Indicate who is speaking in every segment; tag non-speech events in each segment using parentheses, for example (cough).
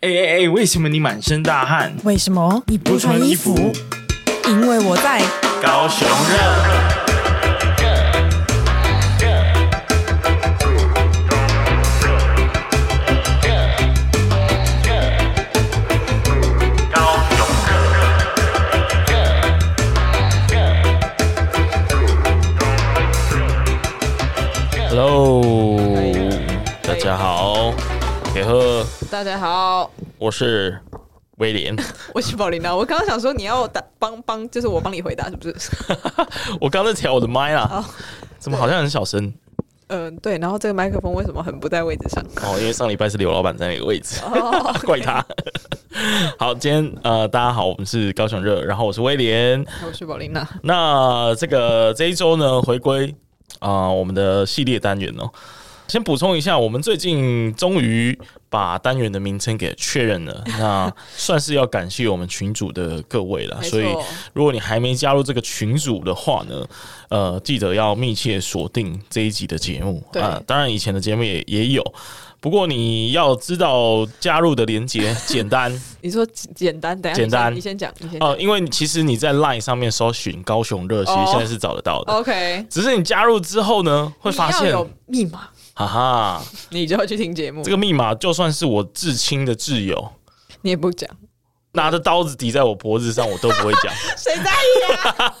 Speaker 1: 哎哎哎，为什么你满身大汗？
Speaker 2: 为什么你不穿衣服？因为我在。
Speaker 1: 高雄热，
Speaker 3: Hello，大家好，铁鹤，
Speaker 4: 大家好，
Speaker 3: 我是威廉。
Speaker 4: 我是宝琳娜。我刚刚想说你要打帮帮，就是我帮你回答，是不 (laughs) 是？
Speaker 3: (laughs) 我刚在调我的麦啦，怎么好像很小声？
Speaker 4: 嗯、对。然后这个麦克风为什么很不在位置上？
Speaker 3: 哦，因为上礼拜是刘老板在那个位置，
Speaker 4: 哦
Speaker 3: (laughs) 怪他。好，今天呃，大家好，我们是高雄热，然后我是威廉。
Speaker 4: 我是宝琳娜。
Speaker 3: 那这个这一周呢，回归啊、我们的系列单元哦。先补充一下，我们最近终于把单元的名称给确认了，
Speaker 4: (laughs)
Speaker 3: 那算是要感谢我们群主的各位了。
Speaker 4: 没错
Speaker 3: 所以，如果你还没加入这个群组的话呢，呃，记得要密切锁定这一集的节目
Speaker 4: 对
Speaker 3: 啊。当然，以前的节目也也有，不过你要知道加入的连接简单
Speaker 4: (laughs) 你说简简单，等一下
Speaker 3: 简单
Speaker 4: 你先讲，你先讲。
Speaker 3: 哦、因为其实你在 LINE 上面搜寻高雄热，其
Speaker 4: 哦
Speaker 3: 实现在是找得到的。
Speaker 4: OK，
Speaker 3: 只是你加入之后呢，会发
Speaker 4: 你
Speaker 3: 现
Speaker 4: 要，有密码，
Speaker 3: 哈哈，
Speaker 4: 你就要去听节目，
Speaker 3: 这个密码就算是我至亲的挚友，
Speaker 4: 你也不讲，
Speaker 3: 拿着刀子抵在我脖子上，我都不会
Speaker 4: (laughs)
Speaker 3: 讲，
Speaker 4: 谁在意啊？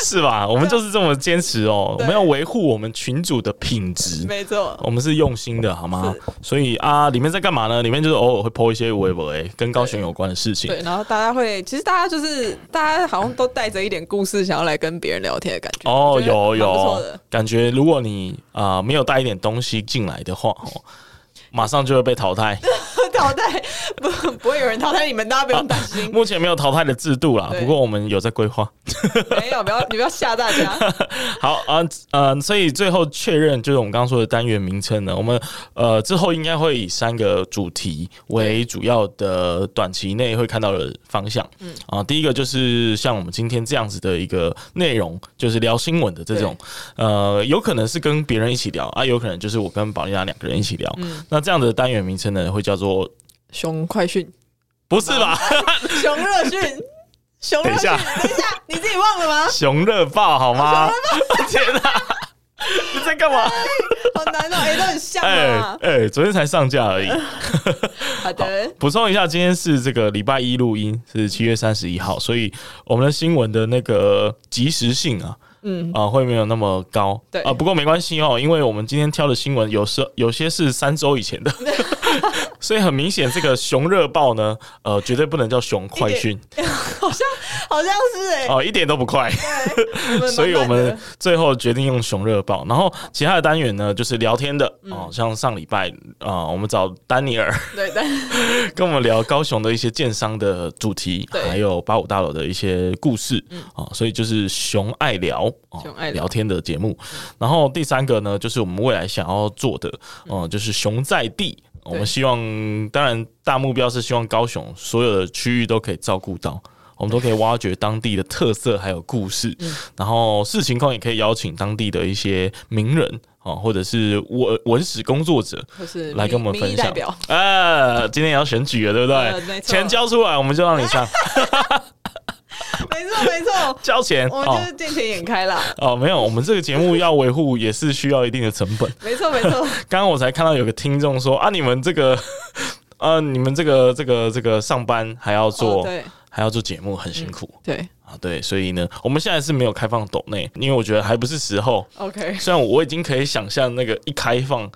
Speaker 3: 是吧？我们就是这么坚持哦，我
Speaker 4: 对
Speaker 3: 们要维护我们群主的品质。
Speaker 4: (laughs) 没错，
Speaker 3: 我们是用心的，好吗？所以啊，里面在干嘛呢？里面就是偶尔会 po 一些微博，哎，跟高雄有关的事情。
Speaker 4: 对。然后大家会，其实大家就是大家好像都带着一点故事，想要来跟别人聊天的感觉。
Speaker 3: 哦
Speaker 4: 我，觉得
Speaker 3: 有
Speaker 4: 蛮不错
Speaker 3: 有
Speaker 4: 的，
Speaker 3: 感觉如果你啊、没有带一点东西进来的话，哦，马上就会被淘汰。
Speaker 4: 淘汰不不会有人淘汰你们，啊大家不用担心。
Speaker 3: 目前没有淘汰的制度啦，
Speaker 4: 对
Speaker 3: 不过我们有在规划。
Speaker 4: (laughs) 没有，不要你不要吓大家。 (laughs)
Speaker 3: 好啊，呃呃，所以最后确认就是我们刚刚说的单元名称呢，我们呃之后应该会以三个主题为主要的短期内会看到的方向。嗯啊，第一个就是像我们今天这样子的一个内容，就是聊新闻的这种，呃，有可能是跟别人一起聊啊，有可能就是我跟保利娜两个人一起聊。那这样的单元名称呢，会叫做
Speaker 4: 熊快讯，
Speaker 3: 不是吧？
Speaker 4: 熊热讯，熊热
Speaker 3: (laughs) 等一
Speaker 4: 讯，
Speaker 3: 下，
Speaker 4: 等一下，你自己忘了
Speaker 3: (laughs)
Speaker 4: 吗？
Speaker 3: 熊热爆好 (laughs) 吗？天哪、你在干 (laughs) 嘛？
Speaker 4: 好
Speaker 3: (laughs)
Speaker 4: 难哦，哎、都很像
Speaker 3: 哎
Speaker 4: 啊。
Speaker 3: 哎，昨天才上架而已。哎
Speaker 4: 好的，
Speaker 3: 补充一下，今天是这个礼拜一录音，是七月三十一号，所以我们的新闻的那个及时性啊，
Speaker 4: 嗯，
Speaker 3: 啊、会没有那么高。
Speaker 4: 对
Speaker 3: 啊、不过没关系哦，因为我们今天挑的新闻有时有些是三周以
Speaker 4: (laughs)
Speaker 3: 前的，所以很明显，这个熊热报呢，呃，绝对不能叫熊快讯
Speaker 4: 好像好像是哎、
Speaker 3: 哦、一点都不
Speaker 4: (laughs)
Speaker 3: 快。
Speaker 4: 我们
Speaker 3: 所以我
Speaker 4: 慢慢
Speaker 3: 们
Speaker 4: 地
Speaker 3: 最后决定用熊热报，然后其他的单元呢，就是聊天的
Speaker 4: 嗯
Speaker 3: 哦，像上礼拜啊、我们找丹尼尔。
Speaker 4: 对对
Speaker 3: (laughs) 跟我们聊高雄的一些建商的主题，
Speaker 4: 对嗯
Speaker 3: 还有八五大楼的一些故事啊、所以就是熊爱聊啊、
Speaker 4: 熊爱聊
Speaker 3: 聊天的节目。然后第三个呢，就是我们未来想要做的，嗯、就是熊在地。哦我们希望，当然大目标是希望高雄所有的区域都可以照顾到。我们都可以挖掘当地的特色，还有故事，
Speaker 4: 嗯
Speaker 3: 然后视情况也可以邀请当地的一些名人啊，或者是文文史工作者，
Speaker 4: 就是
Speaker 3: (laughs) 来跟我们
Speaker 4: 民
Speaker 3: 分
Speaker 4: 意
Speaker 3: 享 (laughs)
Speaker 4: 代表。
Speaker 3: 呃，今天也要选举了，对不
Speaker 4: 呃
Speaker 3: 对？
Speaker 4: 没错
Speaker 3: 钱交出来，我们就让你上。
Speaker 4: (laughs) 没错没
Speaker 3: (laughs)
Speaker 4: 错，
Speaker 3: 交钱
Speaker 4: 我们
Speaker 3: 哦
Speaker 4: 就是见钱眼开啦。
Speaker 3: 哦，没有，我们这个节目要维护也是需要一定的成
Speaker 4: (laughs)
Speaker 3: 本。
Speaker 4: 没错没
Speaker 3: (laughs)
Speaker 4: 错，
Speaker 3: 刚刚我才看到有个听众说啊，你们这个。 (laughs) 呃，你们这个这个这个上班还要做，
Speaker 4: 哦对嗯
Speaker 3: 还要做节目，很辛苦、
Speaker 4: 对
Speaker 3: 啊。对，所以呢，我们现在是没有开放抖内，因为我觉得还不是时
Speaker 4: (laughs)
Speaker 3: 候。
Speaker 4: ，OK。
Speaker 3: 虽然我已经可以想象那个一开放，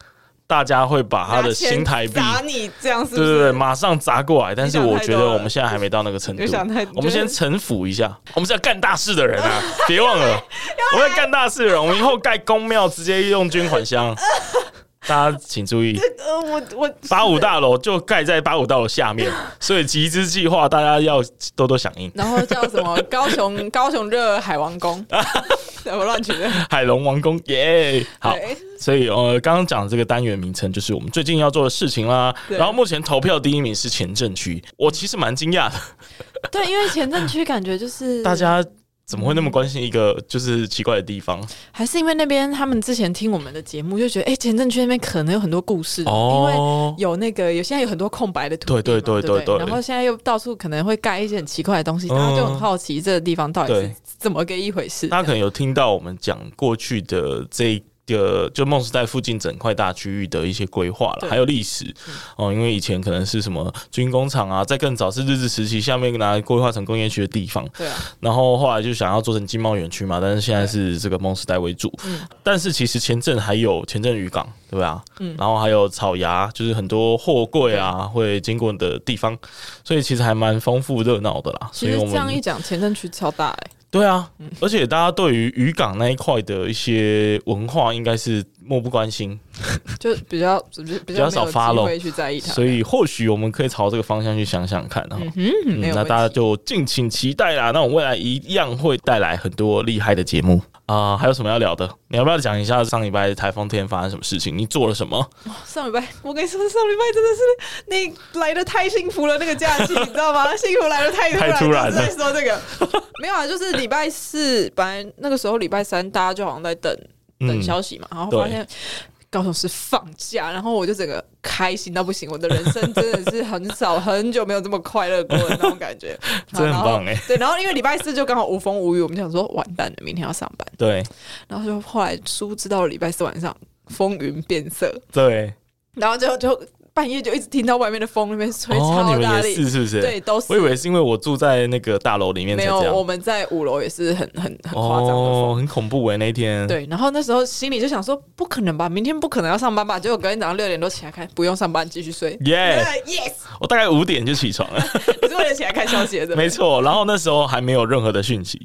Speaker 3: 大家会把他的
Speaker 4: 拿钱
Speaker 3: 新台币
Speaker 4: 砸你这样是不
Speaker 3: 对
Speaker 4: 是？
Speaker 3: 对对，马上砸过来。但是
Speaker 4: 想
Speaker 3: 我
Speaker 4: 太
Speaker 3: 觉得
Speaker 4: 多
Speaker 3: 我
Speaker 4: 了
Speaker 3: 们现在还没到那个程度
Speaker 4: 你想太，
Speaker 3: 我们先
Speaker 4: 就是
Speaker 3: 臣服一下。我们是要干大事的人啊，别忘
Speaker 4: (laughs)
Speaker 3: 了，我们要干大事的人，我们以后盖公庙直接用军还
Speaker 4: (laughs)
Speaker 3: 乡。大家请注意，
Speaker 4: 呃，我我
Speaker 3: 八五大楼就盖在八五大楼下面，所以集资计划大家要多多响应。
Speaker 4: (laughs) 然后叫什么？
Speaker 3: (laughs)
Speaker 4: 高雄高雄热海王宫，我乱取的。
Speaker 3: 海龙王宫耶好
Speaker 4: (laughs) 对，
Speaker 3: 所以呃，刚刚讲这个单元名称就是我们最近要做的事情啦。
Speaker 4: 对
Speaker 3: 然后目前投票第一名是前镇区，我其实蛮惊讶的，
Speaker 4: 对，因为前镇区感觉就是
Speaker 3: 大家怎么会那么关心一个就是奇怪的地方？
Speaker 4: 还是因为那边他们之前听我们的节目就觉得，哎、前镇区那边可能有很多故事，
Speaker 3: 哦
Speaker 4: 因为有那个有现在有很多空白的土地嘛，
Speaker 3: 对对对
Speaker 4: 对不
Speaker 3: 对对
Speaker 4: 然后现在又到处可能会盖一些很奇怪的东西，
Speaker 3: 嗯
Speaker 4: 大家就很好奇这个地方到底是
Speaker 3: 对
Speaker 4: 怎么个一回事。
Speaker 3: 大家可能有听到我们讲过去的这个，就梦时代附近整块大区域的一些规划了，
Speaker 4: 对嗯
Speaker 3: 还有历史哦。因为以前可能是什么军工厂啊，在更早是日治时期下面拿来规划成工业区的地方，
Speaker 4: 对啊，
Speaker 3: 然后后来就想要做成经贸园区嘛，但是现在是这个梦时代为主。
Speaker 4: 嗯
Speaker 3: 但是其实前镇还有前镇渔港，对吧？嗯，然后还有草衙，就是很多货柜啊会经过的地方，所以其实还蛮丰富热闹的啦。所
Speaker 4: 其
Speaker 3: 以
Speaker 4: 实
Speaker 3: 我
Speaker 4: 这
Speaker 3: 们
Speaker 4: 样一讲，前镇区超大哎、
Speaker 3: 对啊，而且大家对于渔港那一块的一些文化，应该是漠不关心，
Speaker 4: 就比较比较比
Speaker 3: 较
Speaker 4: 较
Speaker 3: 少
Speaker 4: 没有
Speaker 3: follow
Speaker 4: 机会去在意它，
Speaker 3: 所以或许我们可以朝这个方向去想想看啊哈、
Speaker 4: 嗯没有
Speaker 3: 那
Speaker 4: 问
Speaker 3: 大家
Speaker 4: 题
Speaker 3: 就敬请期待啦。那我们未来一样会带来很多厉害的节目啊、还有什么要聊的？你要不要讲一下上礼拜台风天发生什么事情？你做了什么？
Speaker 4: 上礼拜，我跟你说，上礼拜真的是你来的太幸福了，那个假期你知道吗？幸福来的太突
Speaker 3: (laughs)
Speaker 4: 然，
Speaker 3: 太突然了
Speaker 4: 就是在说这个没有啊，就是礼拜四，本来那个时候礼拜三大家就好像在等
Speaker 3: 嗯
Speaker 4: 等消息嘛，然后发现。高雄市放假，然后我就整个开心到不行，我的人生真的是很少很久没有这么快乐过的那种感觉，
Speaker 3: (laughs) 真的很
Speaker 4: 好然后
Speaker 3: 棒欸
Speaker 4: 对，然后因为礼拜四就刚好无风无雨，我们想说完蛋了，明天要上班，
Speaker 3: 对
Speaker 4: 然后就后来殊不知到了礼拜四晚上风云变色，
Speaker 3: 对，
Speaker 4: 然后就就半夜就一直听到外面的风那边吹
Speaker 3: 哦，你
Speaker 4: 超大
Speaker 3: 们也
Speaker 4: 力，
Speaker 3: 是是不是？
Speaker 4: 对，都是
Speaker 3: 我以为是因为我住在那个大楼里面才
Speaker 4: 没有
Speaker 3: 这样，
Speaker 4: 我们在五楼也是很很很夸张的风。
Speaker 3: 哦，很恐怖哎、那一天。
Speaker 4: 对，然后那时候心里就想说，不可能吧，明天不可能要上班吧？结果隔天早上六点多起来看，不用上班，继续睡。
Speaker 3: 耶、
Speaker 4: yes， (laughs)
Speaker 3: 我大概五点就起床了。
Speaker 4: 你是为了起来看消息的， (laughs) 对不对
Speaker 3: 没，错，然后那时候还没有任何的讯息，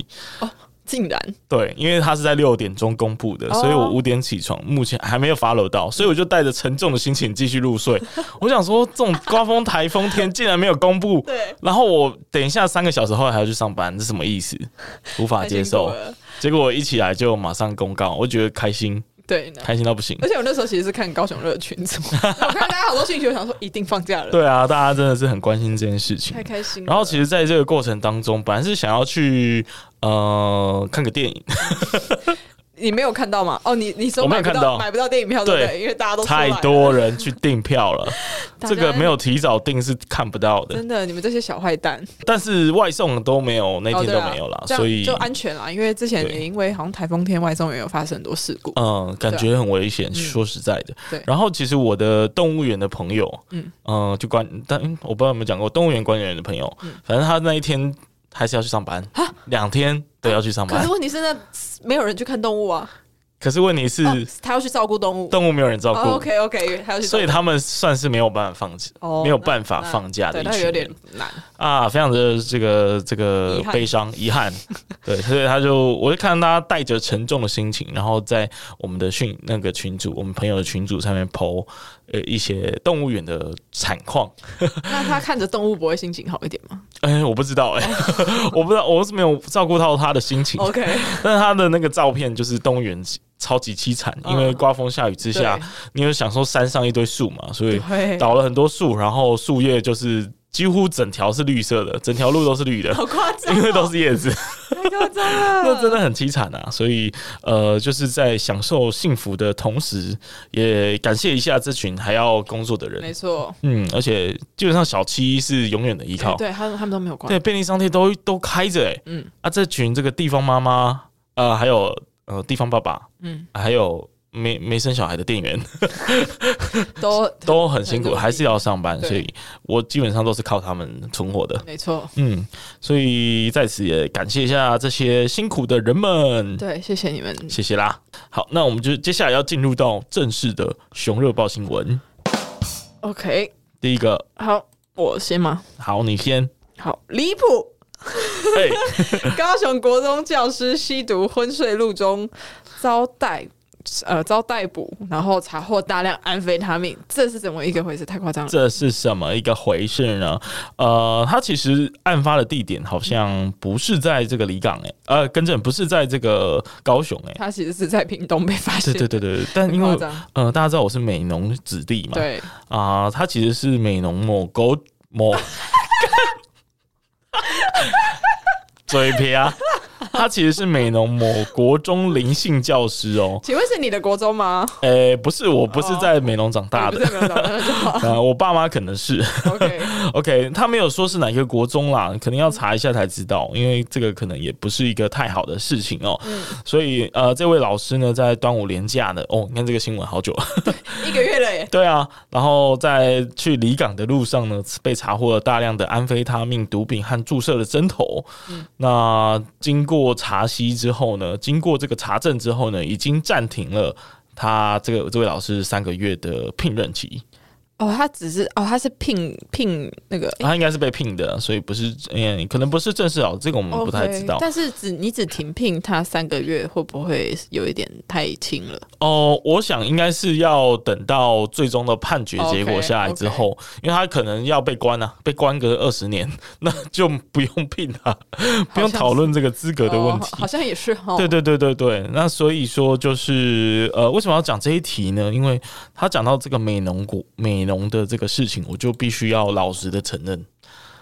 Speaker 4: 竟然
Speaker 3: 对，因为他是在六点钟公布
Speaker 4: 哦
Speaker 3: 的，所以我五点起床，目前还没有 follow 到，所以我就带着沉重的心情继续入
Speaker 4: (laughs)
Speaker 3: 睡。我想说，这种刮风台风天竟然没有公布，
Speaker 4: 对
Speaker 3: 然后我等一下三个小时后还要去上班，这什么意
Speaker 4: (laughs)
Speaker 3: 思？无法
Speaker 4: 太
Speaker 3: 啊接
Speaker 4: 辛
Speaker 3: 受
Speaker 4: 苦。了。
Speaker 3: 结果一起来就马上公告，我觉得开
Speaker 4: (laughs)
Speaker 3: 心，
Speaker 4: 对，
Speaker 3: 开心到不
Speaker 4: (laughs)
Speaker 3: 行
Speaker 4: 而。且我那时候其实是看高雄热群组， (laughs) 我看大家好多讯息，我想说一定放假了，
Speaker 3: 对啊，大家真的是很关心这件事情
Speaker 4: 太。开心了。
Speaker 3: 然后其实，在这个过程当中，本来是想要去呃看个电影，
Speaker 4: 你没有看到吗？哦，你你说
Speaker 3: 我没有
Speaker 4: 买
Speaker 3: 看
Speaker 4: 不
Speaker 3: 到
Speaker 4: 买不到电影票，对不
Speaker 3: 对
Speaker 4: 对？因为大家都出来
Speaker 3: 太
Speaker 4: 了
Speaker 3: 多人去订票了，
Speaker 4: (laughs) 大
Speaker 3: 这
Speaker 4: 家
Speaker 3: 个没有提早订是看不 (laughs) 到的。
Speaker 4: 真的，你们这些小坏蛋，
Speaker 3: 但是外送都没有，那
Speaker 4: 哦
Speaker 3: 天
Speaker 4: 对
Speaker 3: 都
Speaker 4: 啊
Speaker 3: 没有啦，
Speaker 4: 这样
Speaker 3: 所以
Speaker 4: 就安全啦。因为之前
Speaker 3: 对
Speaker 4: 也因为好像台风天外送也有发生很多事故，
Speaker 3: 嗯，感觉很危险。说实在的，
Speaker 4: 啊嗯对
Speaker 3: 然后其实我的动物园的朋友，嗯
Speaker 4: 嗯
Speaker 3: 就管，但嗯我不知道有没有讲过，动物园管理员的朋友，
Speaker 4: 嗯
Speaker 3: 反正他那一天还是要去上班，两天都要去上
Speaker 4: 可
Speaker 3: 班
Speaker 4: 是。问题是那没有人去看动物啊，
Speaker 3: 可是问题是，
Speaker 4: 哦他要去照顾动物。哦
Speaker 3: 动物没有人照顾。
Speaker 4: OK OK，还要去照顾，
Speaker 3: 所以他们算是没有办法放假，
Speaker 4: 哦
Speaker 3: 没有办法
Speaker 4: 那
Speaker 3: 放假的
Speaker 4: 对，
Speaker 3: 一
Speaker 4: 那
Speaker 3: 群
Speaker 4: 有
Speaker 3: 人
Speaker 4: 点难。 (laughs)
Speaker 3: 啊，非常的这个这个
Speaker 4: 遗憾
Speaker 3: 悲伤遗
Speaker 4: (laughs)
Speaker 3: 憾，对，所以他就我就看到他带着沉重的心情，然后在我们的群那个群组，我们朋友的群组上面 PO 呃一些动物园的惨况，
Speaker 4: 那他看着动物不会心情好一点吗
Speaker 3: (laughs) 哎、我不知道哎、
Speaker 4: 哦
Speaker 3: (laughs) 我不知道我是没有照顾到他的心情，
Speaker 4: ？OK，
Speaker 3: 但是他的那个照片就是动物园超级凄惨，因为刮风下雨之下
Speaker 4: 嗯对，
Speaker 3: 你有想说山上一堆树嘛，所以
Speaker 4: 对
Speaker 3: 倒了很多树，然后树叶就是几乎整条是绿色的，整条路都是绿的。
Speaker 4: 好夸张哦，
Speaker 3: 因为都是叶子，
Speaker 4: 太夸张了，
Speaker 3: 那真的很凄惨啊！所以，呃，就是在享受幸福的同时，也感谢一下这群还要工作的
Speaker 4: 没
Speaker 3: 人。
Speaker 4: 错。
Speaker 3: 嗯，而且基本上小七是永远的依靠，
Speaker 4: 对他们他们都没有关
Speaker 3: 对，便利商店都都开着哎、嗯
Speaker 4: 嗯，
Speaker 3: 啊，这群这个地方妈妈，呃，还有呃地方爸爸，嗯
Speaker 4: 嗯，
Speaker 3: 还有没没生小孩的店员
Speaker 4: 都
Speaker 3: 都很辛
Speaker 4: 很
Speaker 3: 苦，
Speaker 4: 努力
Speaker 3: 还是要上班，
Speaker 4: 对
Speaker 3: 所以我基本上都是靠他们存活的。
Speaker 4: 没错。
Speaker 3: 嗯，所以在此也感谢一下这些辛苦的人们，
Speaker 4: 对，谢谢你们。
Speaker 3: 谢谢啦。好，那我们就接下来要进入到正式的熊热报新闻。
Speaker 4: OK，
Speaker 3: 第一个，
Speaker 4: 好，我先吗？
Speaker 3: 好，你
Speaker 4: (laughs)
Speaker 3: 先。
Speaker 4: 好，离谱！
Speaker 3: 嘿，
Speaker 4: 高雄国中教师吸毒昏睡路中遭逮，呃，遭逮捕，然后查获大量安非他命，这是怎么一个回事？太夸张了！
Speaker 3: 这是什么一个回事呢？呃，它其实案发的地点好像不是在这个离港、欸，呃，更正，不是在这个高雄、欸，
Speaker 4: 他其实是在屏东被发
Speaker 3: 对
Speaker 4: 现，
Speaker 3: 对对对，对但因
Speaker 4: 很夸
Speaker 3: 为
Speaker 4: 张
Speaker 3: 呃，大家知道我是美农子弟嘛，
Speaker 4: 对，
Speaker 3: 啊、它其实是美农某狗
Speaker 4: (laughs)
Speaker 3: 某嘴皮啊，他其实是美浓某国中灵性教师哦。
Speaker 4: 请问是你的国中吗？
Speaker 3: 诶、不是，我不是
Speaker 4: 哦
Speaker 3: 在美浓长 (laughs) 大
Speaker 4: 你
Speaker 3: 的
Speaker 4: 不，是没有找到那就好。
Speaker 3: 呃，我爸妈可能是。 (laughs)
Speaker 4: OK，
Speaker 3: OK，他没有说是哪个国中啦，可能要查一下才知道，因为这个可能也不是一个太好的事情哦。所以呃，这位老师呢，在端午连假呢，哦，你看这个新闻好久，
Speaker 4: 一个月了耶。
Speaker 3: (laughs) 对啊，然后在去离港的路上呢，被查获了大量的安非他命毒品和注射的针头。那经过查析之后呢，经过这个查证之后呢，已经暂停了他这个这位老师三个月的聘任期。
Speaker 4: 哦，他只是哦，他是聘聘那个。
Speaker 3: 他应该是被聘的，所以不是，嗯，可能不是正式老师，这个我们不太知道
Speaker 4: 哦 OK，。但是只你只停聘他三个月，会不会有一点太轻了？
Speaker 3: 哦，我想应该是要等到最终的判决结果
Speaker 4: 哦 OK，
Speaker 3: 下来之后因为他可能要被关啊，被关个二十年， (laughs) 那就不用聘他，不用讨论这个资格的问题
Speaker 4: 哦。好像也是哈。
Speaker 3: 对对对对对，那所以说就是呃，为什么要讲这一题呢？因为他讲到这个美农股美农的这个事情，我就必须要老实的承认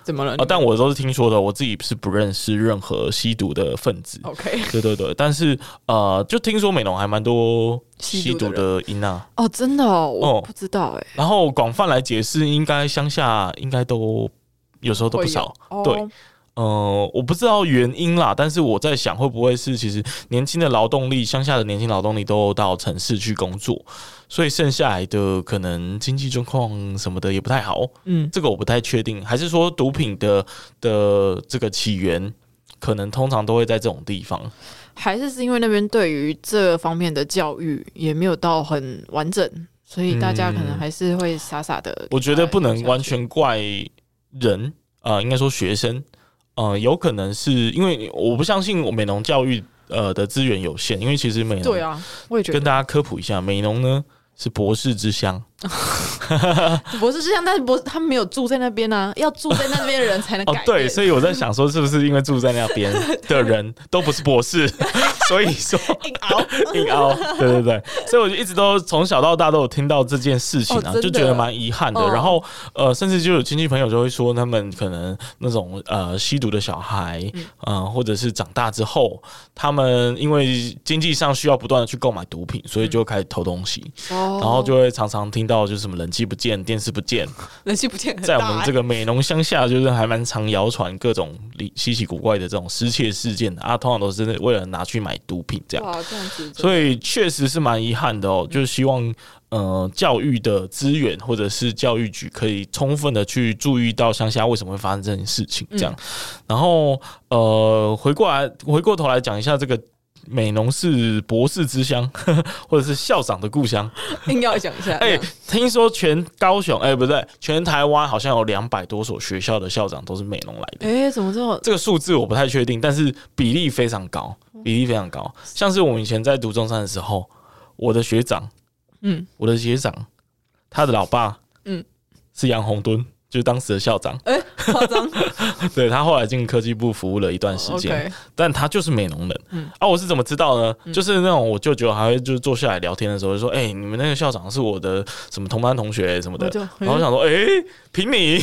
Speaker 4: 怎么了
Speaker 3: 啊、？但我都是听说的，我自己是不认识任何吸毒的分子。
Speaker 4: OK，
Speaker 3: 对对对，但是呃，就听说美农还蛮多吸
Speaker 4: 吸
Speaker 3: 毒
Speaker 4: 毒的
Speaker 3: 的因啊，
Speaker 4: 哦，真的哦，
Speaker 3: 哦
Speaker 4: 我不知道哎，
Speaker 3: 然后广泛来解释，应该乡下应该都有时候都不少。
Speaker 4: 会有
Speaker 3: 对，
Speaker 4: 哦
Speaker 3: 呃，我不知道原因啦，但是我在想，会不会是其实年轻的劳动力，乡下的年轻劳动力都到城市去工作，所以剩下来的可能经济状况什么的也不太好。
Speaker 4: 嗯，
Speaker 3: 这个我不太确定，还是说毒品的的这个起源，可能通常都会在这种地方。
Speaker 4: 还是是因为那边对于这方面的教育也没有到很完整，所以大家可能还是会傻傻的。
Speaker 3: 嗯我觉得不能完全怪人，呃，应该说学生，呃，有可能是因为我不相信我美农教育呃的资源有限，因为其实美
Speaker 4: 对
Speaker 3: 农
Speaker 4: 啊，我也觉
Speaker 3: 跟
Speaker 4: 得
Speaker 3: 大家科普一下，美农呢是博士之乡，
Speaker 4: 博士是这样，但是博士他没有住在那边啊，要住在那边的人才能
Speaker 3: 哦
Speaker 4: 改，
Speaker 3: 对，所
Speaker 4: 以
Speaker 3: 以我在想说，是不是因为住在那
Speaker 4: (laughs)
Speaker 3: 边的人都不是博士，所以说硬凹 (laughs) 硬凹，对对对，所以我就一直都从小到大都有听到这件事情啊，
Speaker 4: 哦真的
Speaker 3: 就觉得蛮遗憾的。
Speaker 4: 嗯
Speaker 3: 然后呃，甚至就有亲戚朋友就会说，他们可能那种呃吸毒的小孩，嗯、或者是长大之后，他们因为经济上需要不断的去购买毒品，
Speaker 4: 嗯
Speaker 3: 所以就开始偷东西，
Speaker 4: 然
Speaker 3: 然后就会常常听到就是什么冷气不见、电视不见。
Speaker 4: (laughs) 人气不见很大
Speaker 3: (laughs) 在我们这
Speaker 4: 个
Speaker 3: 个美浓乡下，就是还蛮常谣传各种离稀奇古怪的这种失窃事件的啊，通常都是为了拿去买毒品这样，
Speaker 4: 哇，这样子真的，
Speaker 3: 所以确实是蛮遗憾的哦。就是希望呃教育的资源或者是教育局可以充分的去注意到乡下为什么会发生这件事情这样，
Speaker 4: 嗯
Speaker 3: 然后呃回过来回过头来讲一下这个。美浓是博士之乡， (laughs) 或者是校长的故乡。
Speaker 4: 硬要讲一下。
Speaker 3: (laughs) 哎、
Speaker 4: 这样
Speaker 3: 听说全高雄，哎、不对，全台湾好像有两百多所学校的校长都是美容来的。
Speaker 4: 哎，怎么这么
Speaker 3: 这个数字我不太确定，但是比例非常高，
Speaker 4: 嗯
Speaker 3: 比例非常高。像是我们以前在读中山的时候，我的学长，
Speaker 4: 嗯
Speaker 3: 我的学长，他的老爸，嗯
Speaker 4: 嗯，
Speaker 3: 是杨洪敦，就是当时的校长。
Speaker 4: 哎夸
Speaker 3: (laughs)
Speaker 4: 张
Speaker 3: 对他后来进科技部服务了一段时间。
Speaker 4: 哦？OK，
Speaker 3: 但他就是美容人。
Speaker 4: 嗯
Speaker 3: 啊，我是怎么知道呢？就是那种我舅舅还会就是坐下来聊天的时候就说：“哎、你们那个校长是我的什么同班同学什么的
Speaker 4: 我就。”嗯
Speaker 3: 然后我想说：“哎、凭
Speaker 4: (laughs)
Speaker 3: 你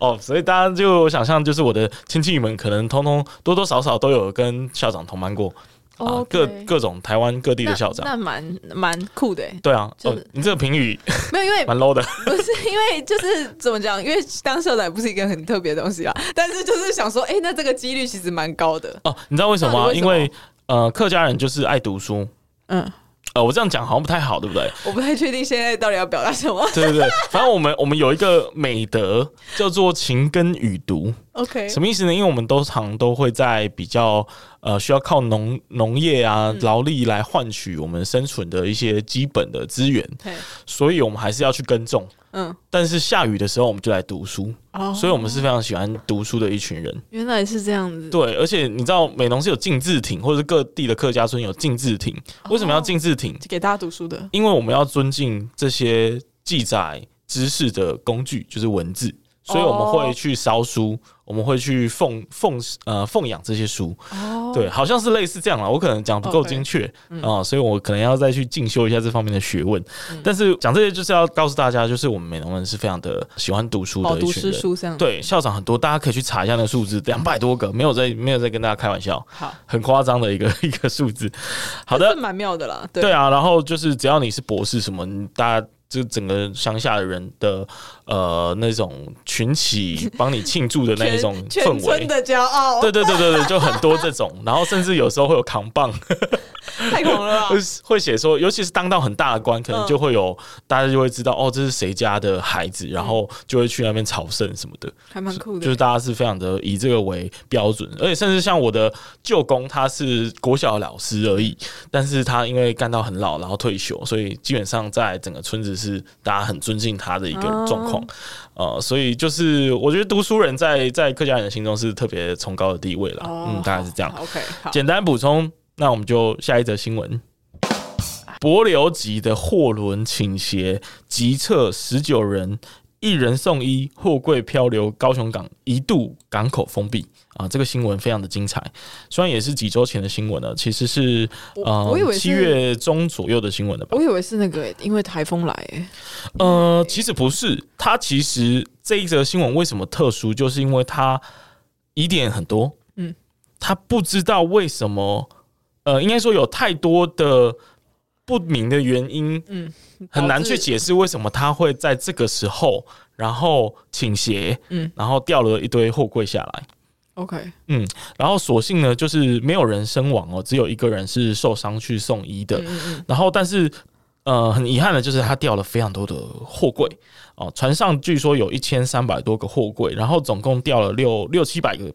Speaker 3: 哦！”所以大家就我想象就是我的亲戚们可能通通多多少少都有跟校长同班过啊，各各种台湾各地的校长。
Speaker 4: 那那蛮蛮酷的哎，
Speaker 3: 对啊，
Speaker 4: 就哎
Speaker 3: 哦，你这个评语
Speaker 4: 没有因为
Speaker 3: 蛮 low 的。
Speaker 4: (laughs) 不是因为就是怎么讲，因为当校长也不是一个很特别的东西啦，但是就是想说，哎、那这个几率其实蛮高的。
Speaker 3: 哦，你知道为什么吗？
Speaker 4: 到底为
Speaker 3: 因
Speaker 4: 什么
Speaker 3: 为呃，客家人就是爱读书。
Speaker 4: 嗯，
Speaker 3: 呃，我这样讲好像不太好，对不对？
Speaker 4: 我不太确定现在到底要表达什么。
Speaker 3: 对对对，反正我们我们有一个美德叫做勤耕与读，
Speaker 4: (laughs) OK，
Speaker 3: 什么意思呢？因为我们都常都会在比较呃需要靠农农业
Speaker 4: 嗯
Speaker 3: 啊劳力来换取我们生存的一些基本的资源，
Speaker 4: 嘿
Speaker 3: 所以我们还是要去耕种。
Speaker 4: 嗯，
Speaker 3: 但是下雨的时候我们就来读书，
Speaker 4: 哦，
Speaker 3: 所以我们是非常喜欢读书的一群人。
Speaker 4: 原来是这样子。
Speaker 3: 对，而且你知道美浓是有禁制亭，或者是各地的客家村有禁制亭，为什么要
Speaker 4: 哦
Speaker 3: 禁制亭？
Speaker 4: 给大家读书的哦
Speaker 3: 因为我们要尊敬这些记载知识的工具，就是文字，所以我们会去烧书，我们会去奉奉呃奉养这些书。
Speaker 4: 哦，嗯
Speaker 3: 对，好像是类似这样啦。我可能讲不够
Speaker 4: OK
Speaker 3: 精确啊、所以我可能要再去进修一下这方面的学问。
Speaker 4: 嗯
Speaker 3: 但是讲这些就是要告诉大家，就是我们美容人是非常的喜欢读书
Speaker 4: 饱
Speaker 3: 的一
Speaker 4: 哦读
Speaker 3: 群
Speaker 4: 诗
Speaker 3: 人。
Speaker 4: 书这样，，
Speaker 3: 对，校长很多，大家可以去查一下那个数字，两百多个，没有在没有在跟大家开玩笑，
Speaker 4: 好，
Speaker 3: 很夸张的一个 (laughs) 一个数字。好
Speaker 4: 这
Speaker 3: 的，
Speaker 4: 蛮妙的啦，
Speaker 3: 对，啊，然后就是只要你是博士什么，你大家。就整个乡下的人的呃那种群起帮你庆祝的那一种
Speaker 4: 全
Speaker 3: 氛
Speaker 4: 全村
Speaker 3: 围，
Speaker 4: 的骄傲，
Speaker 3: 对对对对对，就很多这种，然后甚至有时候会有扛
Speaker 4: (laughs)
Speaker 3: 棒，
Speaker 4: 太狂
Speaker 3: (laughs)
Speaker 4: 了啦
Speaker 3: 会会写说，尤其是当到很大的官，可能
Speaker 4: 嗯
Speaker 3: 就会有、大家就会知道哦，这是谁家的孩子，然后
Speaker 4: 嗯
Speaker 3: 就会去那边朝圣什么的，
Speaker 4: 还蛮酷
Speaker 3: 就是
Speaker 4: 的。
Speaker 3: 大家是非常的以这个为标准，而且甚至像我的舅公，他是国小的老师而已，但是他因为干到很老，然后退休，所以基本上在整个村子是大家很尊敬他的一个状况，呃，所以就是我觉得读书人在在客家人的心中是特别崇高的地位啦，嗯，大概是这样
Speaker 4: 哦好。OK，好，
Speaker 3: 简单补充，那我们就下一则新闻。柏流级的货轮倾斜，急测十九人，一人送医，货柜漂流高雄港，一度港口封闭啊！这个新闻非常的精彩，虽然也是几周前的新闻了，其实是
Speaker 4: 我我以
Speaker 3: 呃
Speaker 4: 为是
Speaker 3: 七月中左右的新闻了吧
Speaker 4: 我？以为是那个欸，因为台风来欸，
Speaker 3: 呃，其实不是，它其实这一则新闻为什么特殊，就是因为它疑点很多。
Speaker 4: 嗯
Speaker 3: 嗯，他不知道为什么，呃，应该说有太多的不明的原因，
Speaker 4: 嗯，
Speaker 3: 很难
Speaker 4: 导致
Speaker 3: 去解释为什么他会在这个时候，然后倾斜，
Speaker 4: 嗯
Speaker 3: 嗯，然后掉了一堆货柜下来。
Speaker 4: OK，
Speaker 3: 然后所幸呢，就是没有人身亡哦，只有一个人是受伤去送医的。
Speaker 4: 嗯嗯
Speaker 3: 然后但是呃，很遗憾的就是它掉了非常多的货柜哦，船上据说有一千三百多个货柜，然后总共掉了六六七百个。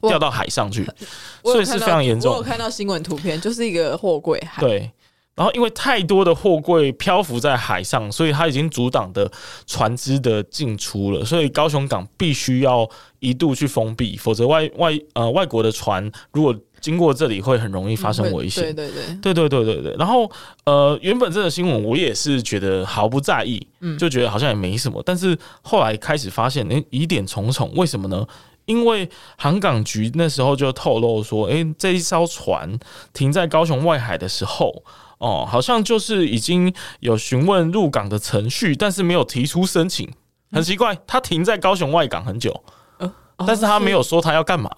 Speaker 4: 哇
Speaker 3: 掉到海上去，
Speaker 4: 嗯，我
Speaker 3: 所
Speaker 4: 有
Speaker 3: 以是
Speaker 4: 看到
Speaker 3: 非常严重
Speaker 4: 我有看到新闻图片，就是一个货柜，海，
Speaker 3: 对。然后因为太多的货柜漂浮在海上，所以它已经阻挡的船只的进出了，所以高雄港必须要一度去封闭，否则外外呃外国的船如果经过这里，会很容易发生
Speaker 4: 嗯
Speaker 3: 危险。
Speaker 4: 对对
Speaker 3: 对
Speaker 4: 对，
Speaker 3: 对对对对。然后呃，原本这个新闻我也是觉得毫不在意，
Speaker 4: 嗯
Speaker 3: 就觉得好像也没什么。但是后来开始发现，诶，疑点重重，为什么呢？因为航港局那时候就透露说，诶，这一艘船停在高雄外海的时候。哦，好像就是已经有询问入港的程序，但是没有提出申请，很奇怪。他停在高雄外港很久，
Speaker 4: 哦
Speaker 3: 但是他没有，说他要干嘛。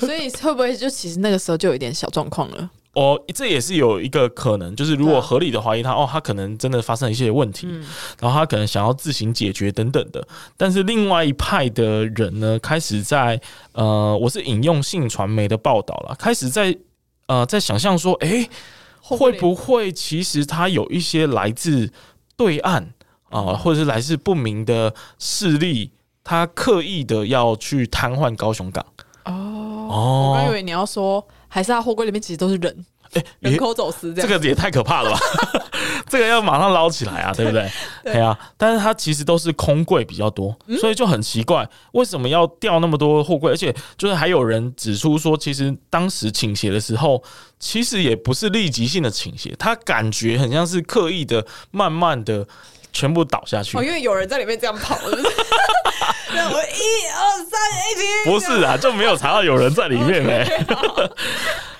Speaker 4: 所以会不会就其实那个时候就有一点小状况了？
Speaker 3: 哦，这也是有一个可能，就是如
Speaker 4: 对
Speaker 3: 果
Speaker 4: 啊嗯
Speaker 3: 合理的怀疑他，哦，他可能真的发生了一些问题，然后他可能想要自行解决等等的。但是另外一派的人呢，开始在呃，我是引用性传媒的报道了，开始在呃，在想象说，诶， (laughs) 会不会其实它有一些来自对岸啊、或者是来自不明的势力，他刻意的要去瘫痪高雄港？
Speaker 4: 我
Speaker 3: 哦
Speaker 4: 刚以为你要说，还是他货柜里面其实都是人，
Speaker 3: 也
Speaker 4: 人口走私这
Speaker 3: 这
Speaker 4: 样。
Speaker 3: 个也太可怕了吧！ (laughs) 这个要马上捞起来啊，对不对？对啊，但是它其实都是空柜比较多，所以就很奇怪，为什么要掉那么多货柜？而且就是还有人指出说，其实当时倾斜的时候，其实也不是立即性的倾斜，它感觉很像是刻意的、慢慢的全部倒下去
Speaker 4: 哦，。因为有人在里面这样跑， (laughs) 是不是那我一二三，一起
Speaker 3: 不是啊，就没有查到有人在里面嘞、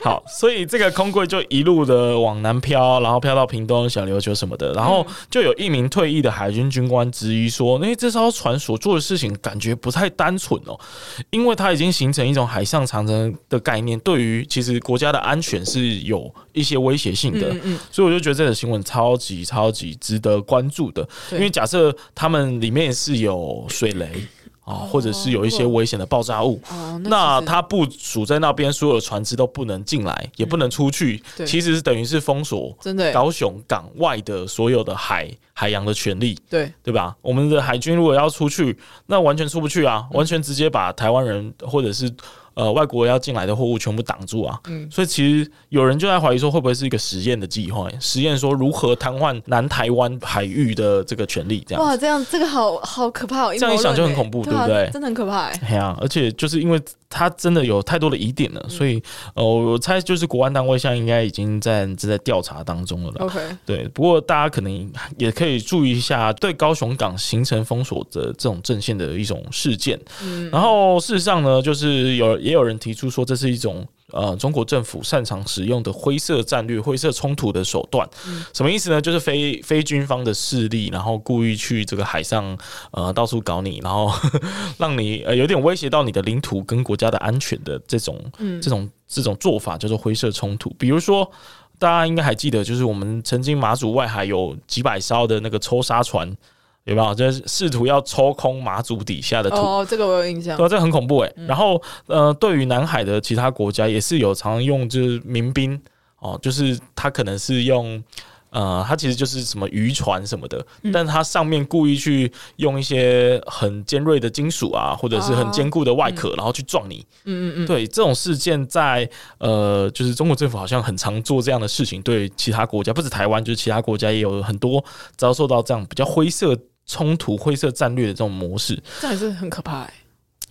Speaker 3: 好，所以这个空柜就一路的往南飘，然后飘到屏东、小琉球什么的，然后就有一名退役的海军军官质疑说：“哎、这艘船所做的事情感觉不太单纯哦，因为它已经形成一种海上长城的概念，对于其实国家的安全是有一些威胁性的。
Speaker 4: 嗯嗯，
Speaker 3: 所以我就觉得这个新闻超级超级值得关注的，
Speaker 4: 对
Speaker 3: 因为假设他们里面是有水雷啊，或者是有一些危险的爆炸物，
Speaker 4: 哦，
Speaker 3: 那
Speaker 4: 其实
Speaker 3: 它部署在那边，所有的船只都不能进来，也不能出去，
Speaker 4: 嗯对
Speaker 3: 其实是等于是封锁
Speaker 4: 真的欸
Speaker 3: 高雄港外的所有的海海洋的权利，
Speaker 4: 对，
Speaker 3: 对吧？我
Speaker 4: 嗯
Speaker 3: 们的海军如果要出去，那完全出不去啊，完全直接把台湾人或者是呃外国要进来的货物全部挡住啊。
Speaker 4: 嗯
Speaker 3: 所以其实有人就在怀疑说，会不会是一个实验的计划，实验说如何瘫痪南台湾海域的这个权利这样。
Speaker 4: 哇，这样这个好好可怕、哦，
Speaker 3: 这样一想就很恐怖
Speaker 4: 对啊
Speaker 3: 对不对
Speaker 4: 真的很可怕、欸。
Speaker 3: 哎呀，而且就是因为它真的有太多的疑点
Speaker 4: 嗯
Speaker 3: 了，所以呃，我猜就是国安单位现在应该已经在正在调查当中了啦。
Speaker 4: OK，
Speaker 3: 对，啊不过大家可能也可以注意一下对高雄港形成封锁的这种阵线的一种事件。然后事实上呢，就是有也有人提出说，这是一种呃中国政府擅长使用的灰色战略、灰色冲突的手段。什么意思呢？就是非非军方的势力，然后故意去这个海上呃到处搞你，然后 (laughs) 让你呃有点威胁到你的领土跟国家的安全的这种、这种这种做法叫做灰色冲突。比如说，大家应该还记得，就是我们曾经马祖外海有几百艘的那个抽沙船，有没有？就是试图要抽空马祖底下的土
Speaker 4: 哦，这个嗯我有印象
Speaker 3: 呃对、。啊，这个很恐怖哎、然后呃，对于南海的其他国家也是有常用，就是民兵哦，就是他可能是用。呃，它其实就是什么渔船什么的，
Speaker 4: 嗯
Speaker 3: 但它上面故意去用一些很尖锐的金属啊，或者是很坚固的外壳，然后去撞你。
Speaker 4: 哦嗯嗯嗯嗯，
Speaker 3: 对，这种事件在呃，就是中国政府好像很常做这样的事情，对其他国家，不止台湾，就是其他国家也有很多遭受到这样比较灰色冲突、灰色战略的这种模式。
Speaker 4: 这样也是很可怕、欸。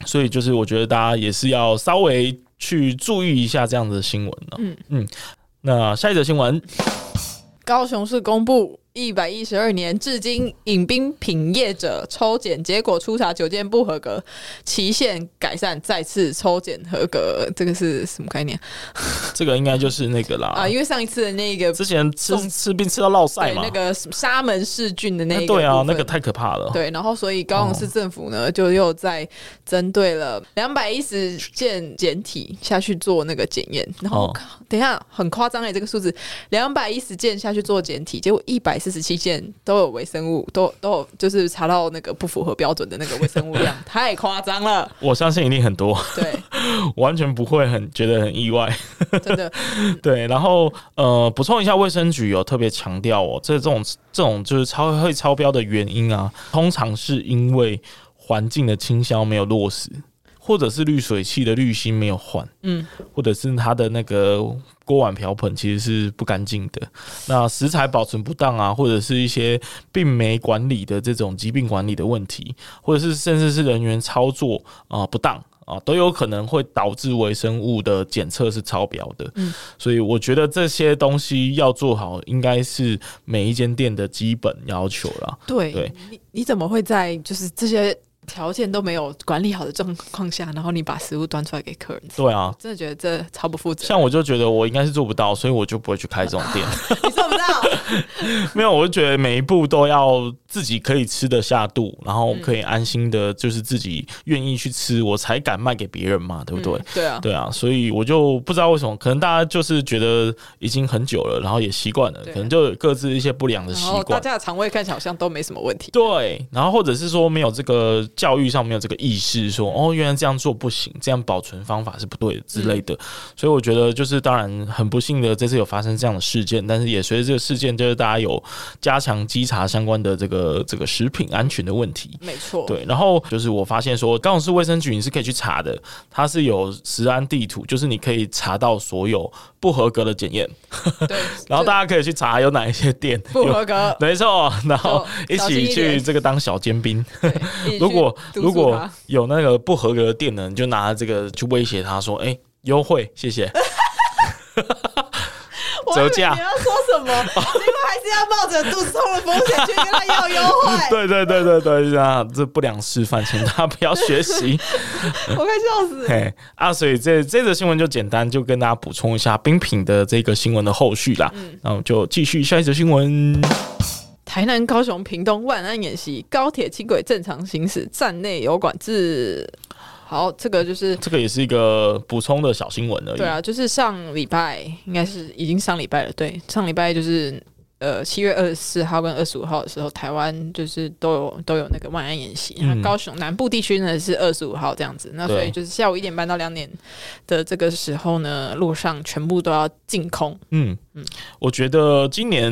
Speaker 3: 所以就是我觉得大家也是要稍微去注意一下这样的新闻呢、
Speaker 4: 嗯
Speaker 3: 嗯，那下一则新闻， (laughs)
Speaker 4: 高雄市公布一百一十二年至今饮冰品业者抽检结果，初查九件不合格，期限改善，再次抽检合格。这个是什么概念
Speaker 3: 这个应该就是那个啦，
Speaker 4: 啊？因为上一次的那个
Speaker 3: 之前吃
Speaker 4: 送
Speaker 3: 吃冰吃到落晒
Speaker 4: 对
Speaker 3: 嘛，
Speaker 4: 那个沙门氏菌的那
Speaker 3: 那
Speaker 4: 一个
Speaker 3: 对啊
Speaker 4: 部，分
Speaker 3: 那个太可怕了。
Speaker 4: 对，然后所以高雄市政府呢，就又在针对了两百一十件简体下去做那个检验，然后、
Speaker 3: 哦
Speaker 4: 靠等一下很夸张哎、这个数字两百一十件下去做检体，结果一百四十七件都有微生物，都都有就是查到那个不符合标准的那个微生物量，太夸
Speaker 3: (laughs)
Speaker 4: 张了，
Speaker 3: 我相信一定很多， (laughs)
Speaker 4: 对，
Speaker 3: 完全不会很觉得很意外。
Speaker 4: 真的，
Speaker 3: (laughs) 对，然后呃，补充一下，卫生局有特别强调哦，这这种这种就是超会超标的原因啊，通常是因为环境的清消没有落实，或者是滤水器的滤芯没有换，
Speaker 4: 嗯，
Speaker 3: 或者是它的那个锅碗瓢盆其实是不干净的，那食材保存不当啊，或者是一些病媒管理的这种疾病管理的问题，或者是甚至是人员操作啊、不当。啊，都有可能会导致微生物的检测是超标的，所以我觉得这些东西要做好，应该是每一间店的基本要求啦。
Speaker 4: 对，
Speaker 3: 对
Speaker 4: 你你怎么会在就是这些条件都没有管理好的状况下，然后你把食物端出来给客人吃？
Speaker 3: 对啊，
Speaker 4: 真的觉得这超不负责任，
Speaker 3: 像我就觉得我应该是做不到，所以我就 (laughs) 不会去开这种
Speaker 4: (laughs)
Speaker 3: 店。
Speaker 4: 你做不到。
Speaker 3: 没有，我就觉得每一步都要自己可以吃得下肚，然后可以安心的，就是自己愿意去吃，我才敢卖给别人嘛，对不对？
Speaker 4: 嗯对啊，
Speaker 3: 对啊，所以我就不知道为什么，可能大家就是觉得已经很久了，然后也习惯了，
Speaker 4: 对
Speaker 3: 可能就有各自一些不良的
Speaker 4: 然
Speaker 3: 习
Speaker 4: 后大
Speaker 3: 惯。
Speaker 4: 家的肠胃看起来好像都没什么问题。
Speaker 3: 对，然后或者是说没有这个教育上没有这个意识说，哦，原来这样做不行，这样保存方法是不对的之类的。
Speaker 4: 嗯
Speaker 3: 所以我觉得就是当然很不幸的，这次有发生这样的事件，但是也随着这个事件，就是大家有加强稽查相关的这个这个食品安全的问题。
Speaker 4: 没错，
Speaker 3: 对，然后就是我发现说，高雄市卫生局你是可以去查的，它是有食安地图，就是你可以查到所有不合格的检验，
Speaker 4: 对，
Speaker 3: 然后大
Speaker 4: 家
Speaker 3: 家可以去查有哪一些店
Speaker 4: 不
Speaker 3: 有，
Speaker 4: 合格，
Speaker 3: (laughs) 没错，然后
Speaker 4: 就
Speaker 3: 一
Speaker 4: 小心
Speaker 3: 起
Speaker 4: 一点
Speaker 3: 去这个当小尖兵。
Speaker 4: 对一起去
Speaker 3: 如果
Speaker 4: 督促
Speaker 3: 如果
Speaker 4: 他
Speaker 3: 有那个不合格的店呢，你就拿这个去威胁他说：“哎、优惠，谢谢。
Speaker 4: (laughs) 我还以为
Speaker 3: (laughs) 折价
Speaker 4: 你要说
Speaker 3: (laughs)
Speaker 4: 什么？结果还是要冒着肚子痛的风险去跟他要优”
Speaker 3: (laughs)
Speaker 4: 惠，
Speaker 3: 对对对对对，这样这不良示范，请大家不要学
Speaker 4: (laughs)
Speaker 3: 习。
Speaker 4: 我快笑死了。
Speaker 3: 嘿啊，所以这这则新闻就简单，就跟大家补充一下冰品的这个新闻的后续啦。
Speaker 4: 嗯
Speaker 3: 那我们就继续下一则新闻。
Speaker 4: 台南、高雄、屏东万安演习，高铁轻轨正常行驶，站内有管制。好，这个就是
Speaker 3: 这个也是一个补充的小新闻而已。
Speaker 4: 对啊，就是上礼拜应该是已经上礼拜了，对，上礼拜就是呃七月二十四号跟二十五号的时候，台湾就是都有都有那个万安演习，那、
Speaker 3: 嗯
Speaker 4: 高雄南部地区呢是二十五号这样子，那所以
Speaker 3: 对
Speaker 4: 就是下午一点半到两点的这个时候呢，路上全部都要净空，
Speaker 3: 嗯，我觉得今年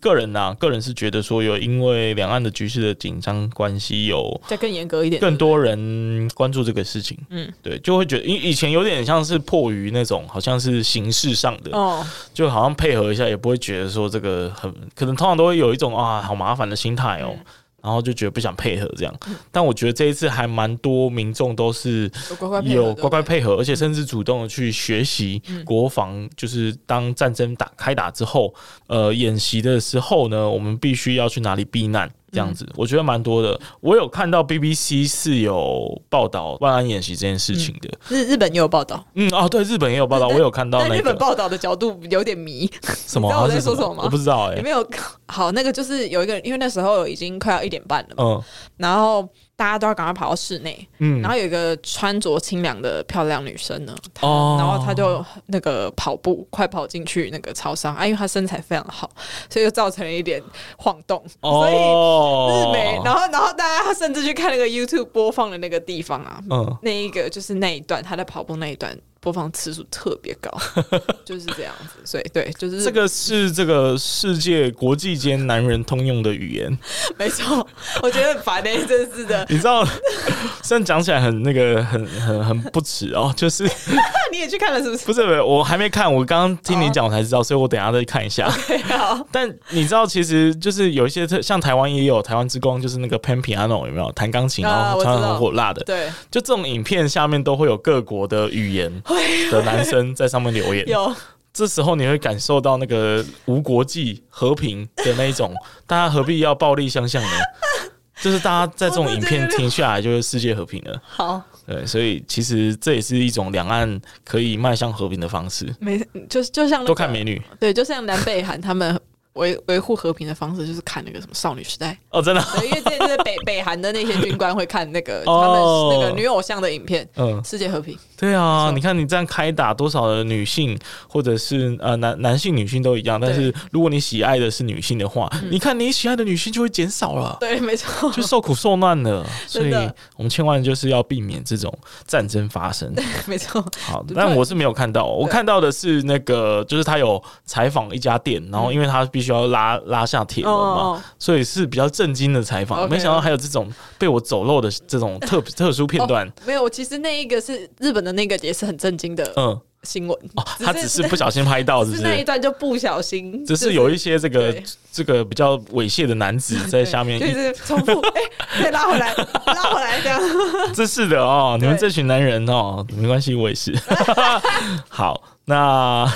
Speaker 3: 个人呐、个人是觉得说有因为两岸的局势的紧张关系，有
Speaker 4: 再更严格一点，
Speaker 3: 更多人关注这个事情。
Speaker 4: 嗯
Speaker 3: 嗯，对，就会觉得以以前有点像是迫于那种好像是形式上的，
Speaker 4: 哦，
Speaker 3: 就好像配合一下，也不会觉得说这个很可能，通常都会有一种啊好麻烦的心态哦。然后就觉得不想配合这样，但我觉得这一次还蛮多民众都是
Speaker 4: 有乖乖配合嗯
Speaker 3: 有
Speaker 4: 的
Speaker 3: 乖乖配合，而且甚至主动的去学习国防，就是当战争打开打之后，呃，演习的时候呢，我们必须要去哪里避
Speaker 4: 嗯
Speaker 3: 难。这样子，我觉得蛮多的。我有看到 BBC 是有报道万安演习这件事情的。
Speaker 4: 日日本也有报道，
Speaker 3: 嗯，哦，对，日本也有报道，我有看到
Speaker 4: 但
Speaker 3: 那
Speaker 4: 日本
Speaker 3: 个
Speaker 4: 报道的角度有点迷，
Speaker 3: 什么，
Speaker 4: 你知道我
Speaker 3: 它是
Speaker 4: 在说什么吗
Speaker 3: 我不知道哎、
Speaker 4: 有没有？好，那个就是有一个，因为那时候已经快要一点半了嘛，
Speaker 3: 嗯
Speaker 4: 然后大家都要赶快跑到室内，
Speaker 3: 嗯，
Speaker 4: 然后有一个穿着清凉的漂亮女生呢，她
Speaker 3: 哦
Speaker 4: 然后她就那个跑步快跑进去那个超商啊，因为她身材非常好，所以就造成了一点晃动，所以
Speaker 3: 哦
Speaker 4: 日美，然后然后大家甚至去看那个 YouTube 播放的那个地方啊，
Speaker 3: 嗯，
Speaker 4: 那一个就是那一段她在跑步那一段播放次数特别高，
Speaker 3: (laughs)
Speaker 4: 就是这样子，所以对，就是
Speaker 3: 这个是这个世界国际间男人通用的语言，
Speaker 4: (laughs) 没错，我觉得很烦那真
Speaker 3: (laughs)
Speaker 4: 是啊的，
Speaker 3: 你知道？虽然讲起来很那个，很很很不耻哦，就是
Speaker 4: 那你也去看了是不是？
Speaker 3: 不是我还没看，我刚刚听你讲我才知
Speaker 4: 哦
Speaker 3: 道，所以我等一下再看一下。
Speaker 4: 好，
Speaker 3: 但你知道，其实就是有一些特像台湾也有台湾之光，就是那个 Pan Piano 有没有弹钢琴，
Speaker 4: 啊
Speaker 3: 然后
Speaker 4: 我知
Speaker 3: 穿
Speaker 4: 道
Speaker 3: 的很火辣的，
Speaker 4: 对，
Speaker 3: 就这种影片下面都会有各国的语言
Speaker 4: (laughs)
Speaker 3: 的男生在上面留言，
Speaker 4: 有
Speaker 3: 这时候你会感受到那个无国际和平的那一种，大家何必要暴力相向呢？就是大家在这种影
Speaker 4: (laughs)
Speaker 3: 片停下来，就是世界和平了。
Speaker 4: 好。
Speaker 3: 对，所以其实这也是一种两岸可以迈向和平的方式。
Speaker 4: 没，就是就像、那个
Speaker 3: 多看美女
Speaker 4: 对，就像南北韩他们维维护和平的方式，就是看那个什么少女时代。
Speaker 3: 哦，真的，
Speaker 4: 对，因为这就是北北韩的那些军官会看那个他们
Speaker 3: 哦
Speaker 4: 那个女偶像的影片，
Speaker 3: 嗯，
Speaker 4: 世界和平。
Speaker 3: 对啊，
Speaker 4: 错
Speaker 3: 你看你这样开打多少的女性，或者是呃男男性、女性都一样，但是如果你喜爱的是女性的话，你看你喜爱的女性就会减少了。
Speaker 4: 嗯对，没错，
Speaker 3: (laughs) 就受苦受难了，所
Speaker 4: 真
Speaker 3: 以
Speaker 4: 的
Speaker 3: 我们千万就是要避免这种战争发生。
Speaker 4: (laughs) 没错。
Speaker 3: 好，
Speaker 4: 对
Speaker 3: 但我是没有看到，我
Speaker 4: 对
Speaker 3: 看到的是那个，就是他有采访一家店，然后因为他必须要拉拉下铁门嘛，
Speaker 4: 嗯哦，
Speaker 3: 所以是比较震惊的采访。
Speaker 4: OK，
Speaker 3: 没想到还有这种被我走漏的这
Speaker 4: (laughs)
Speaker 3: 种特特殊片段。
Speaker 4: 没有，其实那一个是日本的那个也是很震惊的
Speaker 3: 嗯，
Speaker 4: 新闻，
Speaker 3: 哦，他只是
Speaker 4: 只
Speaker 3: 不小心拍到，是不
Speaker 4: 是那一
Speaker 3: 是？
Speaker 4: 段就不小心，
Speaker 3: 只是有一些这个
Speaker 4: 对
Speaker 3: 这个比较猥亵的男
Speaker 4: (laughs)
Speaker 3: 子在下面
Speaker 4: 就
Speaker 3: 一
Speaker 4: 是重复，哎、再拉回来，拉回来
Speaker 3: (laughs)
Speaker 4: 这样。
Speaker 3: 真是的哦，你
Speaker 4: 对
Speaker 3: 们这群男人哦，没关系，我也是。好，那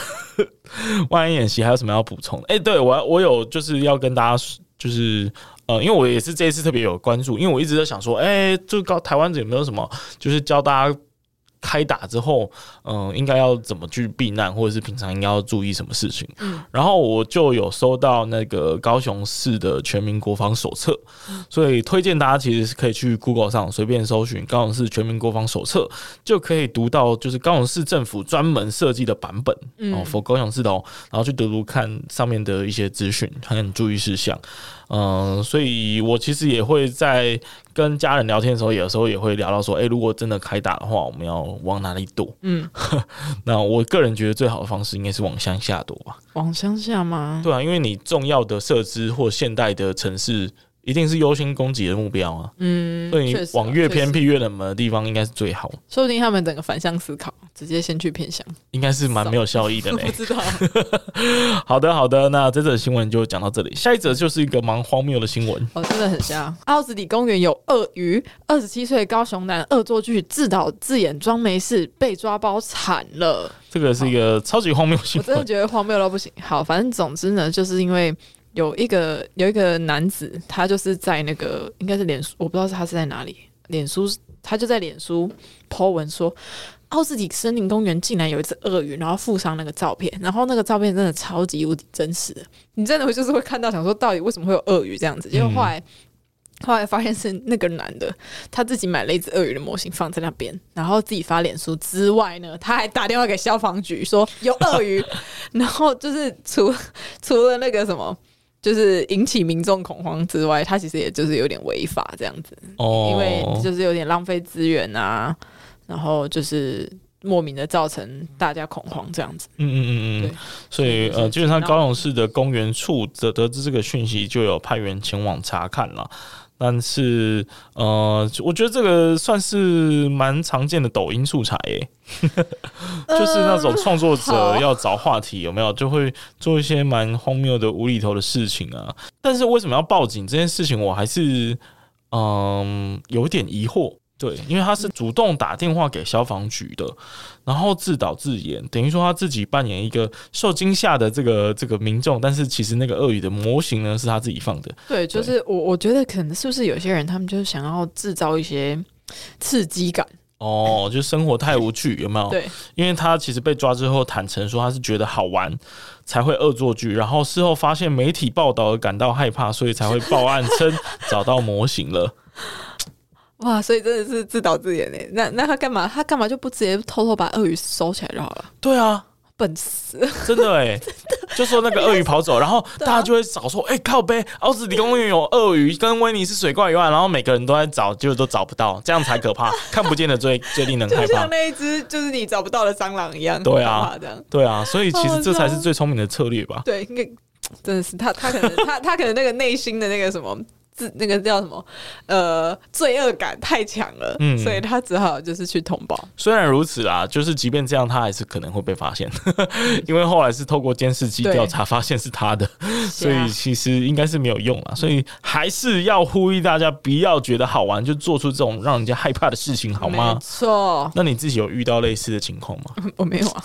Speaker 3: 万安演习还有什么要补充的？哎、对我我有就是要跟大家说就是。呃，因为我也是这一次特别有关注，因为我一直在想说，哎、就高台湾有没有什么，就是教大家开打之后，嗯、应该要怎么去避难，或者是平常应该要注意什么事情。然后我就有收到那个高雄市的全民国防手册，所以推荐大家其实是可以去 Google 上随便搜寻高雄市全民国防手册，就可以读到就是高雄市政府专门设计的版本、哦，for 高雄市的哦，然后去读读看上面的一些资讯和注意事项。嗯、所以我其实也会在跟家人聊天的时候，有时候也会聊到说，哎诶，如果真的开打的话，我们要往哪里躲？
Speaker 4: 嗯，
Speaker 3: (laughs) 那我个人觉得最好的方式应该是往乡下躲吧。
Speaker 4: 往乡下吗？
Speaker 3: 对啊，因为你重要的设施或现代的城市，一定是优先攻击的目标啊。
Speaker 4: 嗯，
Speaker 3: 所以
Speaker 4: 确实啊
Speaker 3: 往越偏
Speaker 4: 确实
Speaker 3: 僻越冷门的地方，应该是最好，
Speaker 4: 说不定他们整个反向思考，直接先去偏乡。
Speaker 3: 应该是蛮没有效益的嘞
Speaker 4: 不。知
Speaker 3: (laughs)
Speaker 4: 道，
Speaker 3: 好的，好的，那这则新闻就讲到这里，下一则就是一个蛮荒谬的新闻。
Speaker 4: 哦，真的很像。奥子里公园有鳄鱼，二十七岁高雄男恶作剧自导自演装没事，被抓包惨了。
Speaker 3: 这个是一个超级荒谬新
Speaker 4: 我真的
Speaker 3: 闻，
Speaker 4: 觉得荒谬到不行。好，反正总之呢，就是因为。有一个有一个男子，他就是在那个应该是脸书，我不知道是他是在哪里，脸书他就在脸书 po 文说，奥斯里森林公园竟然有一只鳄鱼，然后附上那个照片，然后那个照片真的超级无敌真实的，你真的会就是会看到想说到底为什么会有鳄鱼这样子，结果后来、后来发现是那个男的他自己买了一只鳄鱼的模型放在那边，然后自己发脸书之外呢，他还打电话给消防局说有鳄 (laughs) 鱼，然后就是除除了那个什么。就是引起民众恐慌之外，他其实也就是有点违法这样子。
Speaker 3: 哦
Speaker 4: 因为就是有点浪费资源啊，然后就是莫名的造成大家恐慌这样子。
Speaker 3: 嗯嗯嗯嗯
Speaker 4: 对，
Speaker 3: 所以
Speaker 4: 所
Speaker 3: 呃，
Speaker 4: 以
Speaker 3: 基本上
Speaker 4: 就是
Speaker 3: 高雄市的公园处得得知这个讯息，就有派员前往查看了。但是呃，我觉得这个算是蛮常见的抖音素材耶、 (laughs) 就是那种创作者
Speaker 4: 好
Speaker 3: 要找话题有没有，就会做一些蛮荒谬的、无厘头的事情啊。但是为什么要报警这件事情，我还是嗯有点疑惑。对，因为他是主动打电话给消防局的，然后自导自演，等于说他自己扮演一个受惊吓的这个这个民众，但是其实那个鳄鱼的模型呢是他自己放的。
Speaker 4: 对，就是我我觉得可能是不是有些人他们就是想要制造一些刺激感，
Speaker 3: 哦，就生活太无趣，有没有？
Speaker 4: 对，
Speaker 3: 因为他其实被抓之后坦诚说他是觉得好玩才会恶作剧，然后事后发现媒体报道而感到害怕，所以才会报案称找到模型了。
Speaker 4: 哇，所以真的是自导自演嘞。那那他干嘛？他干嘛就不直接偷偷把鳄鱼收起来就好了？
Speaker 3: 对啊，
Speaker 4: 笨
Speaker 3: (laughs)
Speaker 4: 死了！
Speaker 3: 真的哎、就说那个鳄鱼跑走，然后大家就会找说，哎、靠背，奥斯迪公园有鳄鱼，跟威尼斯水怪以啊外，然后每个人都在找，结果都找不到，这样才可怕，看不见的最最令人害
Speaker 4: 就
Speaker 3: 怕
Speaker 4: 像。那一只就是你找不到的蟑螂一样，
Speaker 3: 对啊
Speaker 4: 很可怕这样
Speaker 3: (laughs) 对啊，所以其实这才
Speaker 4: 好
Speaker 3: 是
Speaker 4: 笑
Speaker 3: 最聪明的策略吧。
Speaker 4: 对，应该真的是他，他可能他他可能那个内心的那个什么。自那个叫什么？呃，罪恶感太强了，
Speaker 3: 嗯
Speaker 4: 所以他只好就是去通报。
Speaker 3: 虽然如此啦，就是即便这样，他还是可能会被发现， (laughs) 因为后来是透过监视器
Speaker 4: 对啊
Speaker 3: 调查发现是他的，所以其实应该是没有用啦。所以还是要呼吁大家不要觉得好玩就做出这种让人家害怕的事情，好吗
Speaker 4: 没？错， (laughs)
Speaker 3: 那你自己有遇到类似的情况吗？
Speaker 4: 我没有啊，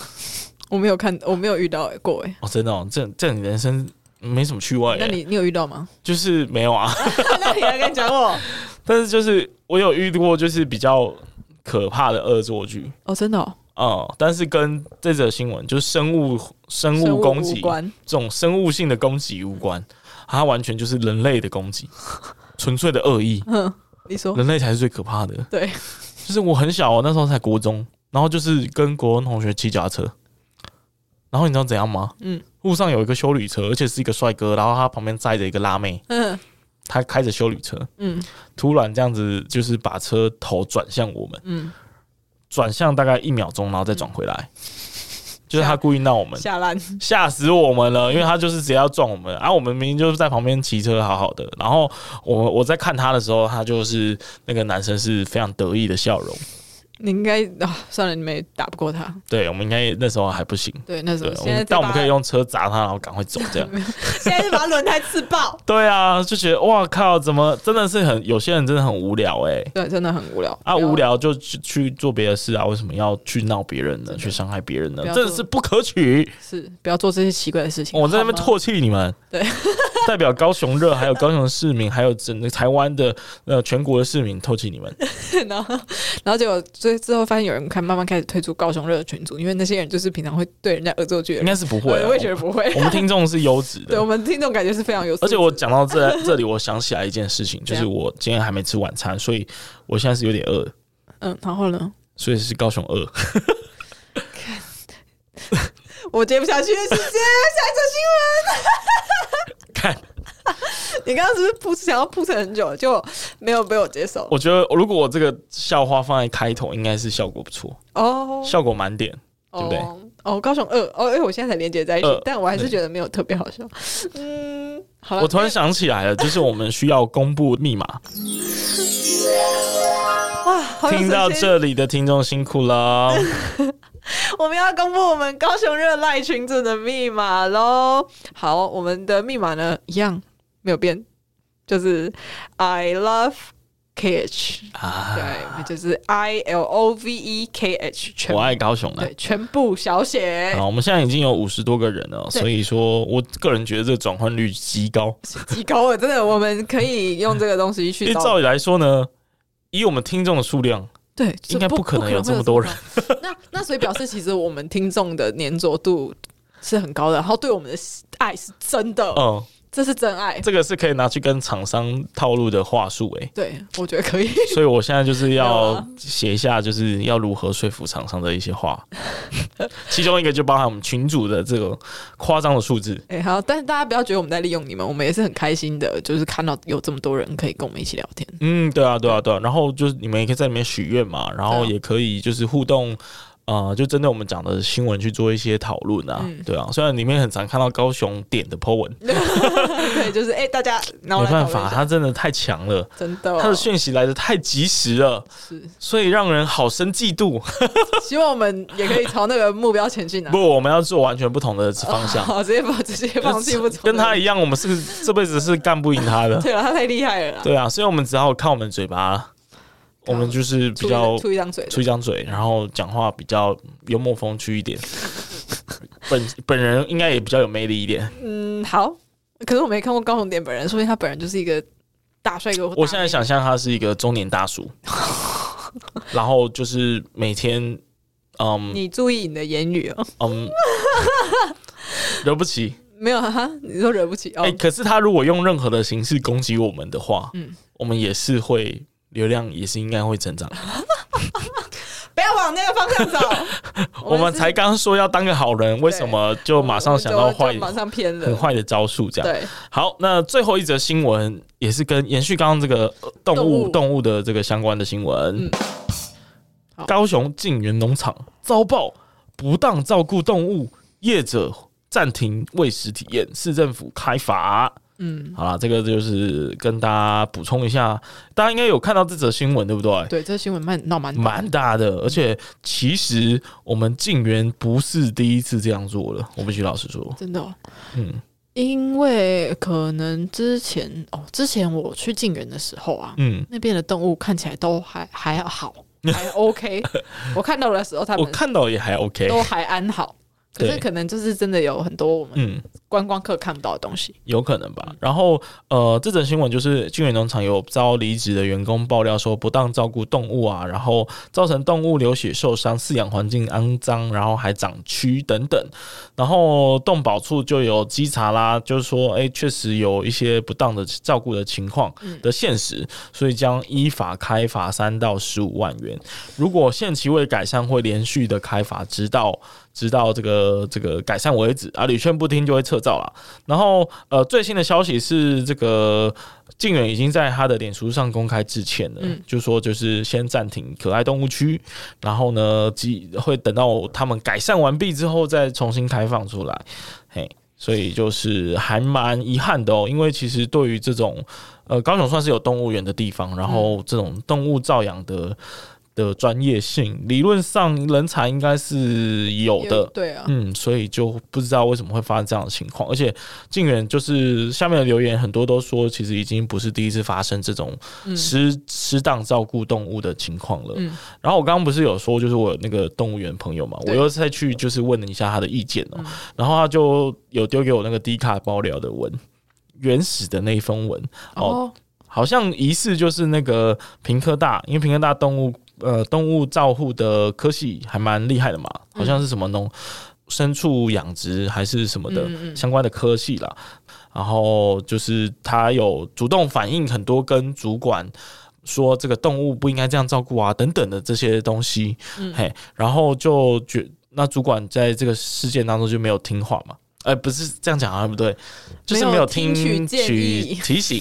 Speaker 4: 我没有看，我没有遇到过哎、
Speaker 3: 哦，真的、哦，这这你人生没什么趣味、欸，
Speaker 4: 那你你有遇到
Speaker 3: (laughs)
Speaker 4: 吗？
Speaker 3: 就是没有啊。 (laughs)
Speaker 4: 那你还敢讲我？
Speaker 3: 但是就是我有遇过，就是比较可怕的恶作剧，
Speaker 4: (laughs) 哦，真的、哦，
Speaker 3: 哦、但是跟这则新闻就是生物生物攻
Speaker 4: 生
Speaker 3: 击
Speaker 4: 无关
Speaker 3: 这种生物性的攻击无关，它完全就是人类的攻
Speaker 4: (laughs)
Speaker 3: 击，纯粹的恶意，
Speaker 4: 嗯， (laughs) 你说
Speaker 3: 人类才是最可怕的。
Speaker 4: 对，
Speaker 3: 就是我很小、哦，那时候才国中，然后就是跟国文同学骑脚踏车，然后你知道怎样吗？
Speaker 4: 嗯
Speaker 3: 路上有一个修旅车，而且是一个帅哥，然后他旁边载着一个辣妹，
Speaker 4: 嗯
Speaker 3: 他开着修旅车，
Speaker 4: 嗯
Speaker 3: 突然这样子就是把车头转向我们，
Speaker 4: 嗯，
Speaker 3: 转向大概一秒钟，然后再转回来，
Speaker 4: 嗯
Speaker 3: 就是他故意闹我们，
Speaker 4: 下烂，
Speaker 3: 吓死我们了，因为他就是直接要撞我们，啊，我们明明就是在旁边骑车好好的，然后我我在看他的时候，他就是那个男生是非常得意的笑容，
Speaker 4: 你应该啊，算了，你们也打不过他。
Speaker 3: 对我们应该那时候还不行，
Speaker 4: 对，那时
Speaker 3: 对
Speaker 4: 候，
Speaker 3: 我
Speaker 4: 现
Speaker 3: 们
Speaker 4: 在再
Speaker 3: 但我们
Speaker 4: 把
Speaker 3: 可以，用车砸他，然后赶快走
Speaker 4: (laughs)
Speaker 3: 这样。
Speaker 4: 现在是把轮胎刺爆。
Speaker 3: 对啊，就觉得哇靠，怎么真的是很有些人真的很无聊哎、
Speaker 4: 对，真的很无聊
Speaker 3: 啊，
Speaker 4: 不要
Speaker 3: 无聊就去去做别的事啊，为什么要去闹别人呢？去伤害别人呢
Speaker 4: 不？要做
Speaker 3: 这是不可取！
Speaker 4: 是不要做这些奇怪的事情。
Speaker 3: 我在那边
Speaker 4: 好吗
Speaker 3: 唾弃你们，
Speaker 4: 对，
Speaker 3: 代表高雄热，还有高雄市民，还有整个台湾的呃全国的市民唾弃你们。
Speaker 4: (laughs) 然后然后结果最之后发现有人开慢慢开始退出高雄热的群组，因为那些人就是平常会对人家恶作剧的
Speaker 3: 应
Speaker 4: 人，
Speaker 3: 该是不会啊
Speaker 4: 呃，我也觉得不会。
Speaker 3: 我们听众是优质
Speaker 4: (laughs) 对我
Speaker 3: 的。
Speaker 4: 们听众感觉是非常有素
Speaker 3: (laughs)
Speaker 4: 质，
Speaker 3: 而且我讲到这这里，我想起来一件事情，就是
Speaker 4: 怎样
Speaker 3: 我今天还没吃晚餐，所以我现在是有点饿，
Speaker 4: 嗯，然后呢，
Speaker 3: 所以是高雄饿。
Speaker 4: 我接不下去，直接下一则新
Speaker 3: 看，
Speaker 4: 闻。你刚刚是不是铺想要铺陈很久，就没有被我接受？
Speaker 3: 我觉得如果我这个笑话放在开头，应该是效果不错，
Speaker 4: 哦，
Speaker 3: 效果满点。对不对
Speaker 4: 哦？哦，高雄二哦，因为我现在才连接在一起，
Speaker 3: 二
Speaker 4: 但我还是
Speaker 3: 对
Speaker 4: 觉得没有特别好笑。嗯，好了，
Speaker 3: 我突然想起来了，就是我们需要公布密码。
Speaker 4: 哇，好有
Speaker 3: 听到
Speaker 4: 神仙
Speaker 3: 这里的听众辛苦了，
Speaker 4: 我们要公布我们高雄热赖群组的密码喽。好，我们的密码呢一样没有变，就是 I love KH，、对，
Speaker 3: 啊
Speaker 4: 我们就是 I L O V E K H，全
Speaker 3: 我爱哦高雄了
Speaker 4: 对。全部小写。
Speaker 3: 好，我们现在已经有五十多个人了，所以说我个人觉得这个转换率极高。
Speaker 4: 提高了，真的，我们可以用这个东西
Speaker 3: (laughs) 因
Speaker 4: 去
Speaker 3: 为
Speaker 4: 找
Speaker 3: 照。理来说呢，以我们听众的数量，
Speaker 4: 对，这
Speaker 3: 应该不
Speaker 4: 不
Speaker 3: 可能有
Speaker 4: 会
Speaker 3: 这么多人
Speaker 4: 这么高。那那所以表示，其实我们听众的粘着度是很高的，然后对我们的爱是真的，
Speaker 3: 嗯，
Speaker 4: 这是真爱。
Speaker 3: 这个是可以拿去跟厂商套路的话术诶、
Speaker 4: 对，我觉得可以。 (laughs)
Speaker 3: 所以我现在就是
Speaker 4: 没有
Speaker 3: 要
Speaker 4: 啊
Speaker 3: 写一下，就是要如何说服厂商的一些话， (laughs) 其中一个就包含我们群主的这个夸张的数字。
Speaker 4: 哎、好，但是大家不要觉得我们在利用你们，我们也是很开心的，就是看到有这么多人可以跟我们一起聊天。 (laughs)
Speaker 3: 嗯，对啊，对啊，对啊。然后就是你们也可以在里面许愿嘛，然后
Speaker 4: 对啊
Speaker 3: 也可以就是互动。呃，就针对我们讲的新闻去做一些讨论啊，
Speaker 4: 嗯
Speaker 3: 对啊，虽然里面很常看到高雄点的 po 文，
Speaker 4: 对，就是哎、大家然后
Speaker 3: 没办
Speaker 4: 来讨论一
Speaker 3: 法，
Speaker 4: 下
Speaker 3: 他真的太强了，
Speaker 4: 真的、哦
Speaker 3: 他的讯息来的太及时了，
Speaker 4: 是，
Speaker 3: 所以让人好生嫉妒。
Speaker 4: 希望我们也可以朝那个目标前进啊。
Speaker 3: (laughs) 不，我们要做完全不同的方向，
Speaker 4: 好，直接把直接 (laughs) 放弃不从，
Speaker 3: 跟他一样，我们是这辈子是干不赢他
Speaker 4: (laughs)
Speaker 3: 的，
Speaker 4: 对了，他太厉害了啦，
Speaker 3: 对啊，所以我们只好靠我们嘴巴，我们就是比
Speaker 4: 出一
Speaker 3: 较
Speaker 4: 出一张嘴的，
Speaker 3: 出一张嘴，然后讲话比较幽默风趣一点， (laughs) 本本人应该也比较有魅力一点。
Speaker 4: 嗯，好。可是我没看过高雄典本人，说不定他本人就是一个大帅哥或大妹。
Speaker 3: 我现在想象他是一个中年大叔，然后就是每天，嗯
Speaker 4: 你注意你的言语哦， (laughs)
Speaker 3: 嗯，惹不起。
Speaker 4: 没有哈哈，你说惹不起哦。
Speaker 3: 哎、可是他如果用任何的形式攻击我们的话，
Speaker 4: 嗯
Speaker 3: 我们也是会流量也是应该会增长。
Speaker 4: 不要往那个方向走，
Speaker 3: (laughs) 我们
Speaker 4: 是
Speaker 3: 才刚说要当个好人，为什么就马上想到
Speaker 4: 我们
Speaker 3: 坏
Speaker 4: 就马上偏了，
Speaker 3: 很坏的招数？这样
Speaker 4: 对，
Speaker 3: 好，那最后一则新闻也是跟延续刚刚这个呃动物
Speaker 4: 动物
Speaker 3: 动物的这个相关的新闻
Speaker 4: 嗯好。
Speaker 3: 高雄晋源农场遭报不当照顾动物，业者暂停喂食体验，市政府开罚。
Speaker 4: 嗯，
Speaker 3: 好啦，这个就是跟大家补充一下，大家应该有看到这则新闻，对不对？
Speaker 4: 对，这新闻蛮闹蛮大的
Speaker 3: 蛮大的，而且其实我们晋源不是第一次这样做了，我必须老实说，
Speaker 4: 真的、哦，
Speaker 3: 嗯
Speaker 4: 因为可能之前哦，之前我去晋园的时候啊，
Speaker 3: 嗯，
Speaker 4: 那边的动物看起来都还还好，
Speaker 3: (laughs)
Speaker 4: 还 OK。我看到的时候，他
Speaker 3: 我
Speaker 4: 们
Speaker 3: 看到也还 OK，
Speaker 4: 都还安好。可
Speaker 3: 对
Speaker 4: 是可能就是真的有很多我们
Speaker 3: 嗯，
Speaker 4: 观光客看不到的东西。
Speaker 3: 有可能吧。然后呃，这则新闻就是晋源农场有遭离职的员工爆料说不当照顾动物啊，然后造成动物流血受伤、饲养环境肮脏，然后还长蛆等等。然后动保处就有稽查啦，就是说，哎、确实有一些不当的照顾的情况的现实，所以将依法开罚三到十五万元。如果限期未改善，会连续的开罚，直到直到这个这个改善为止啊。屡劝不听就会撤照啦。然后呃，最新的消息是，这个靖远已经在他的脸书上公开致歉了，
Speaker 4: 嗯
Speaker 3: 就说就是先暂停可爱动物区，然后呢，即会等到他们改善完毕之后再重新开放出来。嘿，所以就是还蛮遗憾的哦，因为其实对于这种呃高雄算是有动物园的地方，然后这种动物照养的。的专业性，理论上人才应该是有的，
Speaker 4: 对啊，
Speaker 3: 嗯，所以就不知道为什么会发生这样的情况，而且靖远就是下面的留言很多都说，其实已经不是第一次发生这种
Speaker 4: 嗯
Speaker 3: 失失当照顾动物的情况了。
Speaker 4: 嗯
Speaker 3: 然后我刚刚不是有说，就是我有那个动物园朋友嘛，我
Speaker 4: 对
Speaker 3: 又再去就是问了一下他的意见哦、
Speaker 4: 嗯
Speaker 3: 然后他就有丢给我那个低卡爆料的文。原始的那一封文，
Speaker 4: 哦，
Speaker 3: 好像疑似就是那个平科大，因为平科大动物呃动物照护的科系还蛮厉害的嘛，好像是什么农牲畜养殖还是什么的
Speaker 4: 嗯嗯嗯
Speaker 3: 相关的科系啦。然后就是他有主动反映很多跟主管。说这个动物不应该这样照顾啊，等等的这些东西，
Speaker 4: 嗯
Speaker 3: 嘿，然后就觉那主管在这个事件当中就没有听话嘛，呃，不是这样讲好像不对，就是没有听
Speaker 4: 没有听取建议
Speaker 3: 取提
Speaker 4: (laughs)
Speaker 3: 醒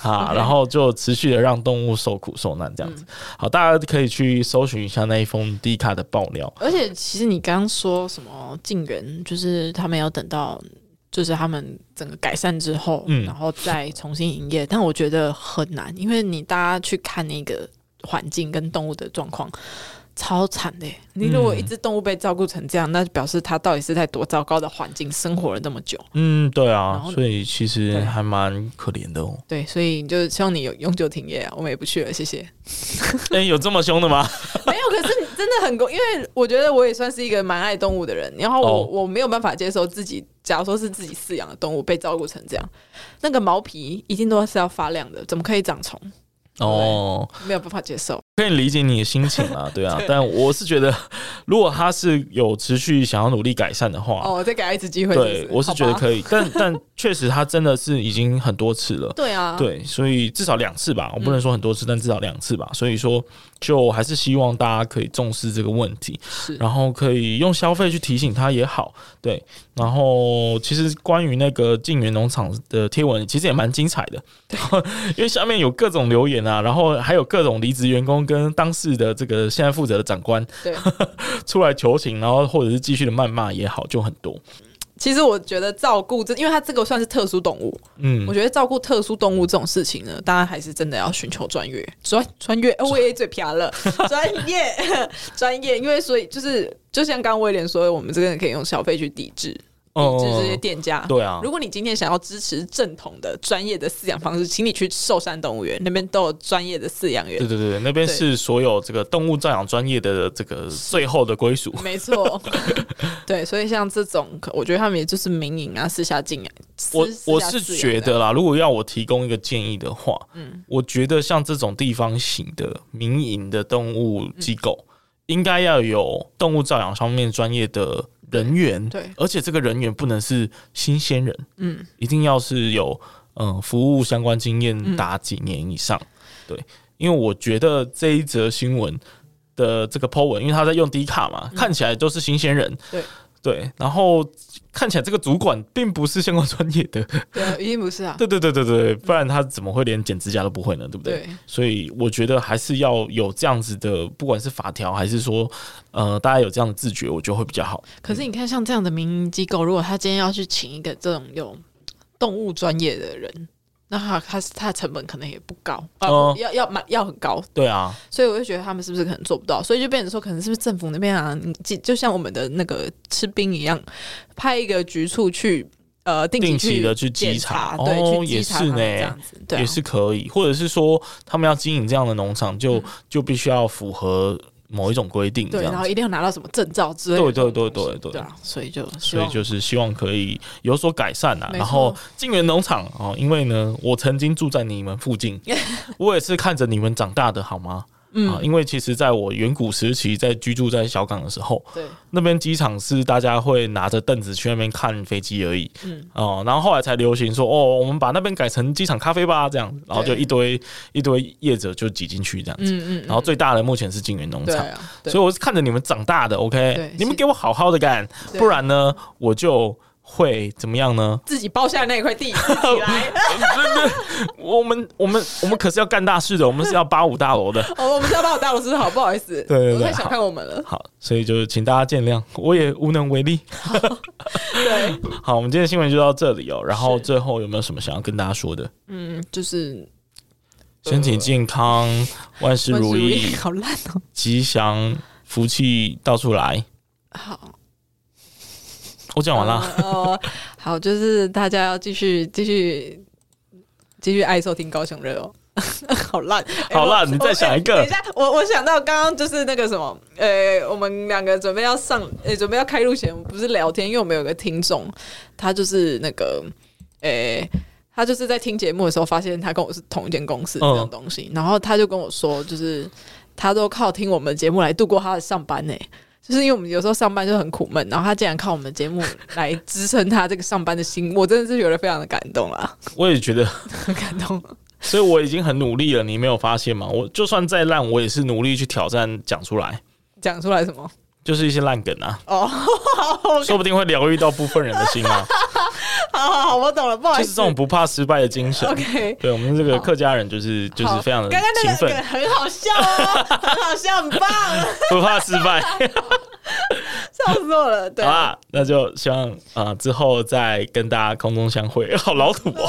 Speaker 3: 啊，
Speaker 4: OK 嗯
Speaker 3: 然后就持续的让动物受苦受难这样子。好，大家可以去搜寻一下那一封 D 卡的爆料。
Speaker 4: 而且其实你刚刚说什么晋园，就是他们要等到。就是他们整个改善之后，
Speaker 3: 嗯
Speaker 4: 然后再重新营业，但我觉得很难，因为你大家去看那个环境跟动物的状况，超惨的耶。你如果
Speaker 3: 嗯
Speaker 4: 一只动物被照顾成这样，那就表示它到底是在多糟糕的环境生活了那么久。
Speaker 3: 嗯，对
Speaker 4: 然
Speaker 3: 啊
Speaker 4: 后，呢
Speaker 3: 所以其实
Speaker 4: 对。
Speaker 3: 还蛮可怜的 (laughs) 哦
Speaker 4: 对，所以就是希望你有永久停业啊，我们也不去了，谢谢。
Speaker 3: 哎、有这么凶的吗？
Speaker 4: 没有，可是你真的很公，因为我觉得我也算是一个蛮爱动物的人，然后我、
Speaker 3: 哦
Speaker 4: 我没有办法接受自己，假如说是自己饲养的动物被照顾成这样，那个毛皮一定都是要发亮的，怎么可以长虫？
Speaker 3: 哦，
Speaker 4: 没有办法接受。
Speaker 3: 可以理解你的心情啊， (laughs) 对啊。但我是觉得，如果他是有持续想要努力改善的话，
Speaker 4: 哦，我再给他一次机会。
Speaker 3: 对
Speaker 4: 不
Speaker 3: 我是觉得
Speaker 4: 以。
Speaker 3: 可以。但 (laughs) 但确实，他真的是已经很多次了。
Speaker 4: 对啊，，嗯
Speaker 3: 对，所以至少两次吧，我不能说很多次，但至少两次吧。所以说，就还是希望大家可以重视这个问题，
Speaker 4: 是
Speaker 3: 然后可以用消费去提醒他也好。对，然后其实关于那个晋源农场的贴 (laughs) 文，其实也蛮精彩的，因为下面有各种留言啊，然后还有各种离职员工众跟当事的这个现在负责的长官
Speaker 4: 对，
Speaker 3: 出来求情，然后或者是继续的谩骂也好，就很多。
Speaker 4: 其实我觉得照顾这，因为它这个算是特殊动物，
Speaker 3: 嗯
Speaker 4: 我，觉得照顾特殊动物这种事情呢，当然还是真的要寻求专业、专专
Speaker 3: (laughs)
Speaker 4: 业。呃我也嘴瓢了，专业 (laughs) 专业，因为所以就是就像刚刚威廉说的，我们这个可以用消费去抵制，抵制这些店家。
Speaker 3: 哦对啊
Speaker 4: 如果你今天想要支持正统的专业的饲养方式，请你去寿山动物园那边都有专业的饲养员
Speaker 3: 对。对对，那边
Speaker 4: 对
Speaker 3: 是所有这个动物照养专业的这个最后的归属。(laughs)
Speaker 4: 没错，对，所以像这种，我觉得他们也就是民营啊，私下进来。
Speaker 3: 我
Speaker 4: 私
Speaker 3: 我
Speaker 4: 私下
Speaker 3: 是
Speaker 4: 饲养
Speaker 3: 觉
Speaker 4: 的
Speaker 3: 得啦，如果要我提供一个建议的话，嗯，我觉得像这种地方型的民营的动物机构，应该要有动物照养方面专业的人员，
Speaker 4: 对
Speaker 3: 而且这个人员不能是新鲜人，
Speaker 4: 嗯，
Speaker 3: 一定要是有嗯、呃服务相关经验达几年以上，对，因为我觉得这一则新闻的这个 po 文，因为他在用低卡嘛，看起来都是新鲜人，
Speaker 4: 嗯对
Speaker 3: 对，然后看起来这个主管并不是相关专业的。
Speaker 4: 对，一定不是啊，
Speaker 3: 对对对对对，不然他怎么会连剪指甲都不会呢？对不对？
Speaker 4: 对
Speaker 3: 所以我觉得还是要有这样子的，不管是法条还是说，呃，大家有这样的自觉，我觉得会比较好。
Speaker 4: 可是你看，像这样的民营机构，如果他今天要去请一个这种有动物专业的人，那他他他的成本可能也不高，啊，
Speaker 3: 哦
Speaker 4: 要要蛮要很高，
Speaker 3: 对啊，
Speaker 4: 所以我就觉得他们是不是可能做不到，所以就变成说，可能是不是政府那边啊，你就就像我们的那个吃冰一样，派一个局处去呃定
Speaker 3: 定
Speaker 4: 期
Speaker 3: 期地去
Speaker 4: 检
Speaker 3: 稽查
Speaker 4: 查，对，
Speaker 3: 哦
Speaker 4: 去
Speaker 3: 也
Speaker 4: 稽查
Speaker 3: 是
Speaker 4: 他们
Speaker 3: 呢
Speaker 4: 这样子，对啊、
Speaker 3: 也是可以，或者是说他们要经营这样的农场，就、就必须要符合某一种规定，
Speaker 4: 嗯对，
Speaker 3: 这
Speaker 4: 然
Speaker 3: 样
Speaker 4: 后
Speaker 3: 子。
Speaker 4: 一定要拿到什么证照之类的
Speaker 3: 对
Speaker 4: 东西，
Speaker 3: 对对对对
Speaker 4: 对啊，所以就希
Speaker 3: 所以
Speaker 4: 望
Speaker 3: 就是希望可以有所改善啊。
Speaker 4: 没错
Speaker 3: 然后晋源农场哦，因为呢，我曾经住在你们附
Speaker 4: (laughs)
Speaker 3: 近，我也是看着你们长大的，好吗？
Speaker 4: 嗯
Speaker 3: 啊，因为其实在我远古时期，在居住在小港的时候，
Speaker 4: 对
Speaker 3: 那边机场是大家会拿着凳子去那边看飞机而已。
Speaker 4: 嗯
Speaker 3: 哦，然后后来才流行说，哦，我们把那边改成机场咖啡吧，这样子，然后就
Speaker 4: 对
Speaker 3: 一堆一堆业者就挤进去这样子。
Speaker 4: 嗯嗯，
Speaker 3: 然后最大的目前是晋源农
Speaker 4: 对
Speaker 3: 场。
Speaker 4: 啊，对
Speaker 3: 嗯所以我是看着你们长大的
Speaker 4: 对
Speaker 3: ，OK？你们
Speaker 4: 是
Speaker 3: 给我好好的干，
Speaker 4: 对？
Speaker 3: 不然呢，我就会怎么样呢
Speaker 4: (laughs) 自己包下那一块地自己来。
Speaker 3: 我们我们我们可是要干大事的，我们是要八五大楼的。
Speaker 4: (laughs) 哦，我们是要把我大老师好，不好意思，
Speaker 3: 对对对
Speaker 4: 我太想看我们了。
Speaker 3: 好，所以就是请大家见谅， (laughs) 我也无能为力。
Speaker 4: 对，
Speaker 3: 好，我们今天的新闻就到这里哦。然后
Speaker 4: 是
Speaker 3: 最后有没有什么想要跟大家说的？
Speaker 4: 嗯，就是
Speaker 3: 身体健康，万事如意，
Speaker 4: 好烂哦。
Speaker 3: 吉祥福气到处来。
Speaker 4: 好，
Speaker 3: 我讲完了，
Speaker 4: 呃哦，好，就是大家要继续继续继续爱收听高雄热哦。 (laughs) 好烂，哎
Speaker 3: 好烂
Speaker 4: 我
Speaker 3: 你再想一个
Speaker 4: 我哎等一下，我我想到刚刚就是那个什么，呃，我们两个准备要上，呃，准备要开录前，不是聊天，因为我们有个听众，他就是那个，诶、他就是在听节目的时候发现他跟我是同一间公司这
Speaker 3: 嗯
Speaker 4: 种东西，然后他就跟我说，就是他都靠听我们的节目来度过他的上班呢、就是因为我们有时候上班就很苦闷，然后他竟然靠我们的节目来支撑他这个上班的心，我真的是觉得非常的感动啊，
Speaker 3: 我也觉得，
Speaker 4: 很 (laughs) 感动。
Speaker 3: 所以我已经很努力了，你没有发现吗？我就算再烂，我也是努力去挑战讲出来，
Speaker 4: 讲出来什么？
Speaker 3: 就是一些烂梗啊。
Speaker 4: 哦， (laughs) 好，好
Speaker 3: 说不定会疗愈到部分人的心啊，
Speaker 4: 好好，我懂了， (laughs) 不好
Speaker 3: 就
Speaker 4: 意
Speaker 3: 是
Speaker 4: 思。
Speaker 3: 这种不怕失败的精神。
Speaker 4: OK，
Speaker 3: 对我们这个客家人，就是就是
Speaker 4: 好
Speaker 3: 非常的
Speaker 4: 刚刚
Speaker 3: 勤
Speaker 4: 那个
Speaker 3: 奋
Speaker 4: 梗，很好笑哦，很好笑，很棒，啊
Speaker 3: (laughs) 不怕失败。
Speaker 4: 笑死我了。 (laughs) 对
Speaker 3: 好，啦，那就希望啊、呃之后再跟大家空中相会。 (laughs) 好老土哦，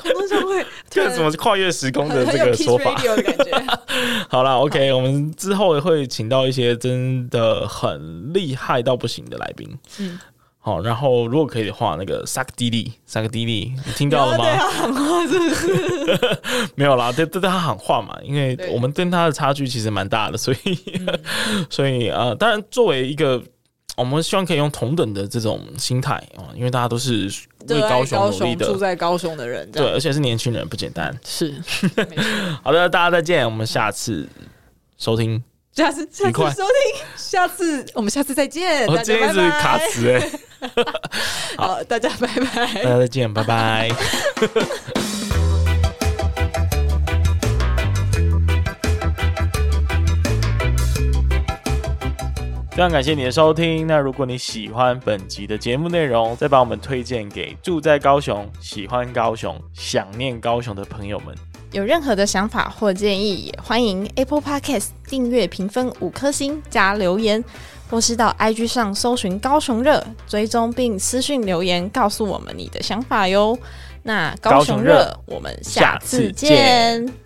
Speaker 4: 空中相会，突
Speaker 3: (laughs) 这
Speaker 4: 然
Speaker 3: 个怎么跨越时空的
Speaker 4: (laughs) 很很
Speaker 3: 这
Speaker 4: 有
Speaker 3: 个
Speaker 4: Kiss
Speaker 3: 说法？
Speaker 4: Radio 的感觉。
Speaker 3: (laughs) 好啦 o k 我们之后会请到一些真的很厉害到不行的来宾。嗯
Speaker 4: 嗯。
Speaker 3: 好，然后如果可以的话，那个萨克迪利，萨克迪利，你听到了
Speaker 4: 然后
Speaker 3: 吗？
Speaker 4: 对啊，喊话是不是？
Speaker 3: 没有啦，对对对他喊话嘛，因为
Speaker 4: 对嗯
Speaker 3: 我们跟他的差距其实蛮大的，所以、 (laughs) 所以呃，当然作为一个。我们希望可以用同等的这种心态啊，因为大家都是 (laughs) 为
Speaker 4: 热爱
Speaker 3: 高
Speaker 4: 高
Speaker 3: 雄努力
Speaker 4: 住
Speaker 3: 的，
Speaker 4: 在高雄的人，这
Speaker 3: 对，
Speaker 4: 样
Speaker 3: 而且是年轻人，不简单。
Speaker 4: 是。 (laughs)
Speaker 3: 好的，大家再见，我们下次收听。
Speaker 4: 下次下
Speaker 3: 愉
Speaker 4: 次
Speaker 3: 快
Speaker 4: 收听，下次我们下次再见，
Speaker 3: 我
Speaker 4: 大
Speaker 3: 哦今天
Speaker 4: 家
Speaker 3: 一
Speaker 4: 拜
Speaker 3: 直卡
Speaker 4: 拜。
Speaker 3: 词哎、
Speaker 4: 好，大家拜拜
Speaker 3: 大。家再见，拜
Speaker 4: (laughs)
Speaker 3: 拜。非常感谢你的收听。那如果你喜欢本集的节目内容，再把我们推荐给住在高雄、喜欢高雄、想念高雄的朋友们。
Speaker 5: 有任何的想法或建议，也欢迎 Apple Podcast 订阅、评分五颗星加留言，或是到 IG 上搜寻“高雄热”，追踪并私讯留言告诉我们你的想法哟。那高
Speaker 3: 高
Speaker 5: 雄
Speaker 3: 雄
Speaker 5: 热
Speaker 3: 热，
Speaker 5: 我们
Speaker 3: 下
Speaker 5: 下
Speaker 3: 次
Speaker 5: 次
Speaker 3: 见
Speaker 5: 见。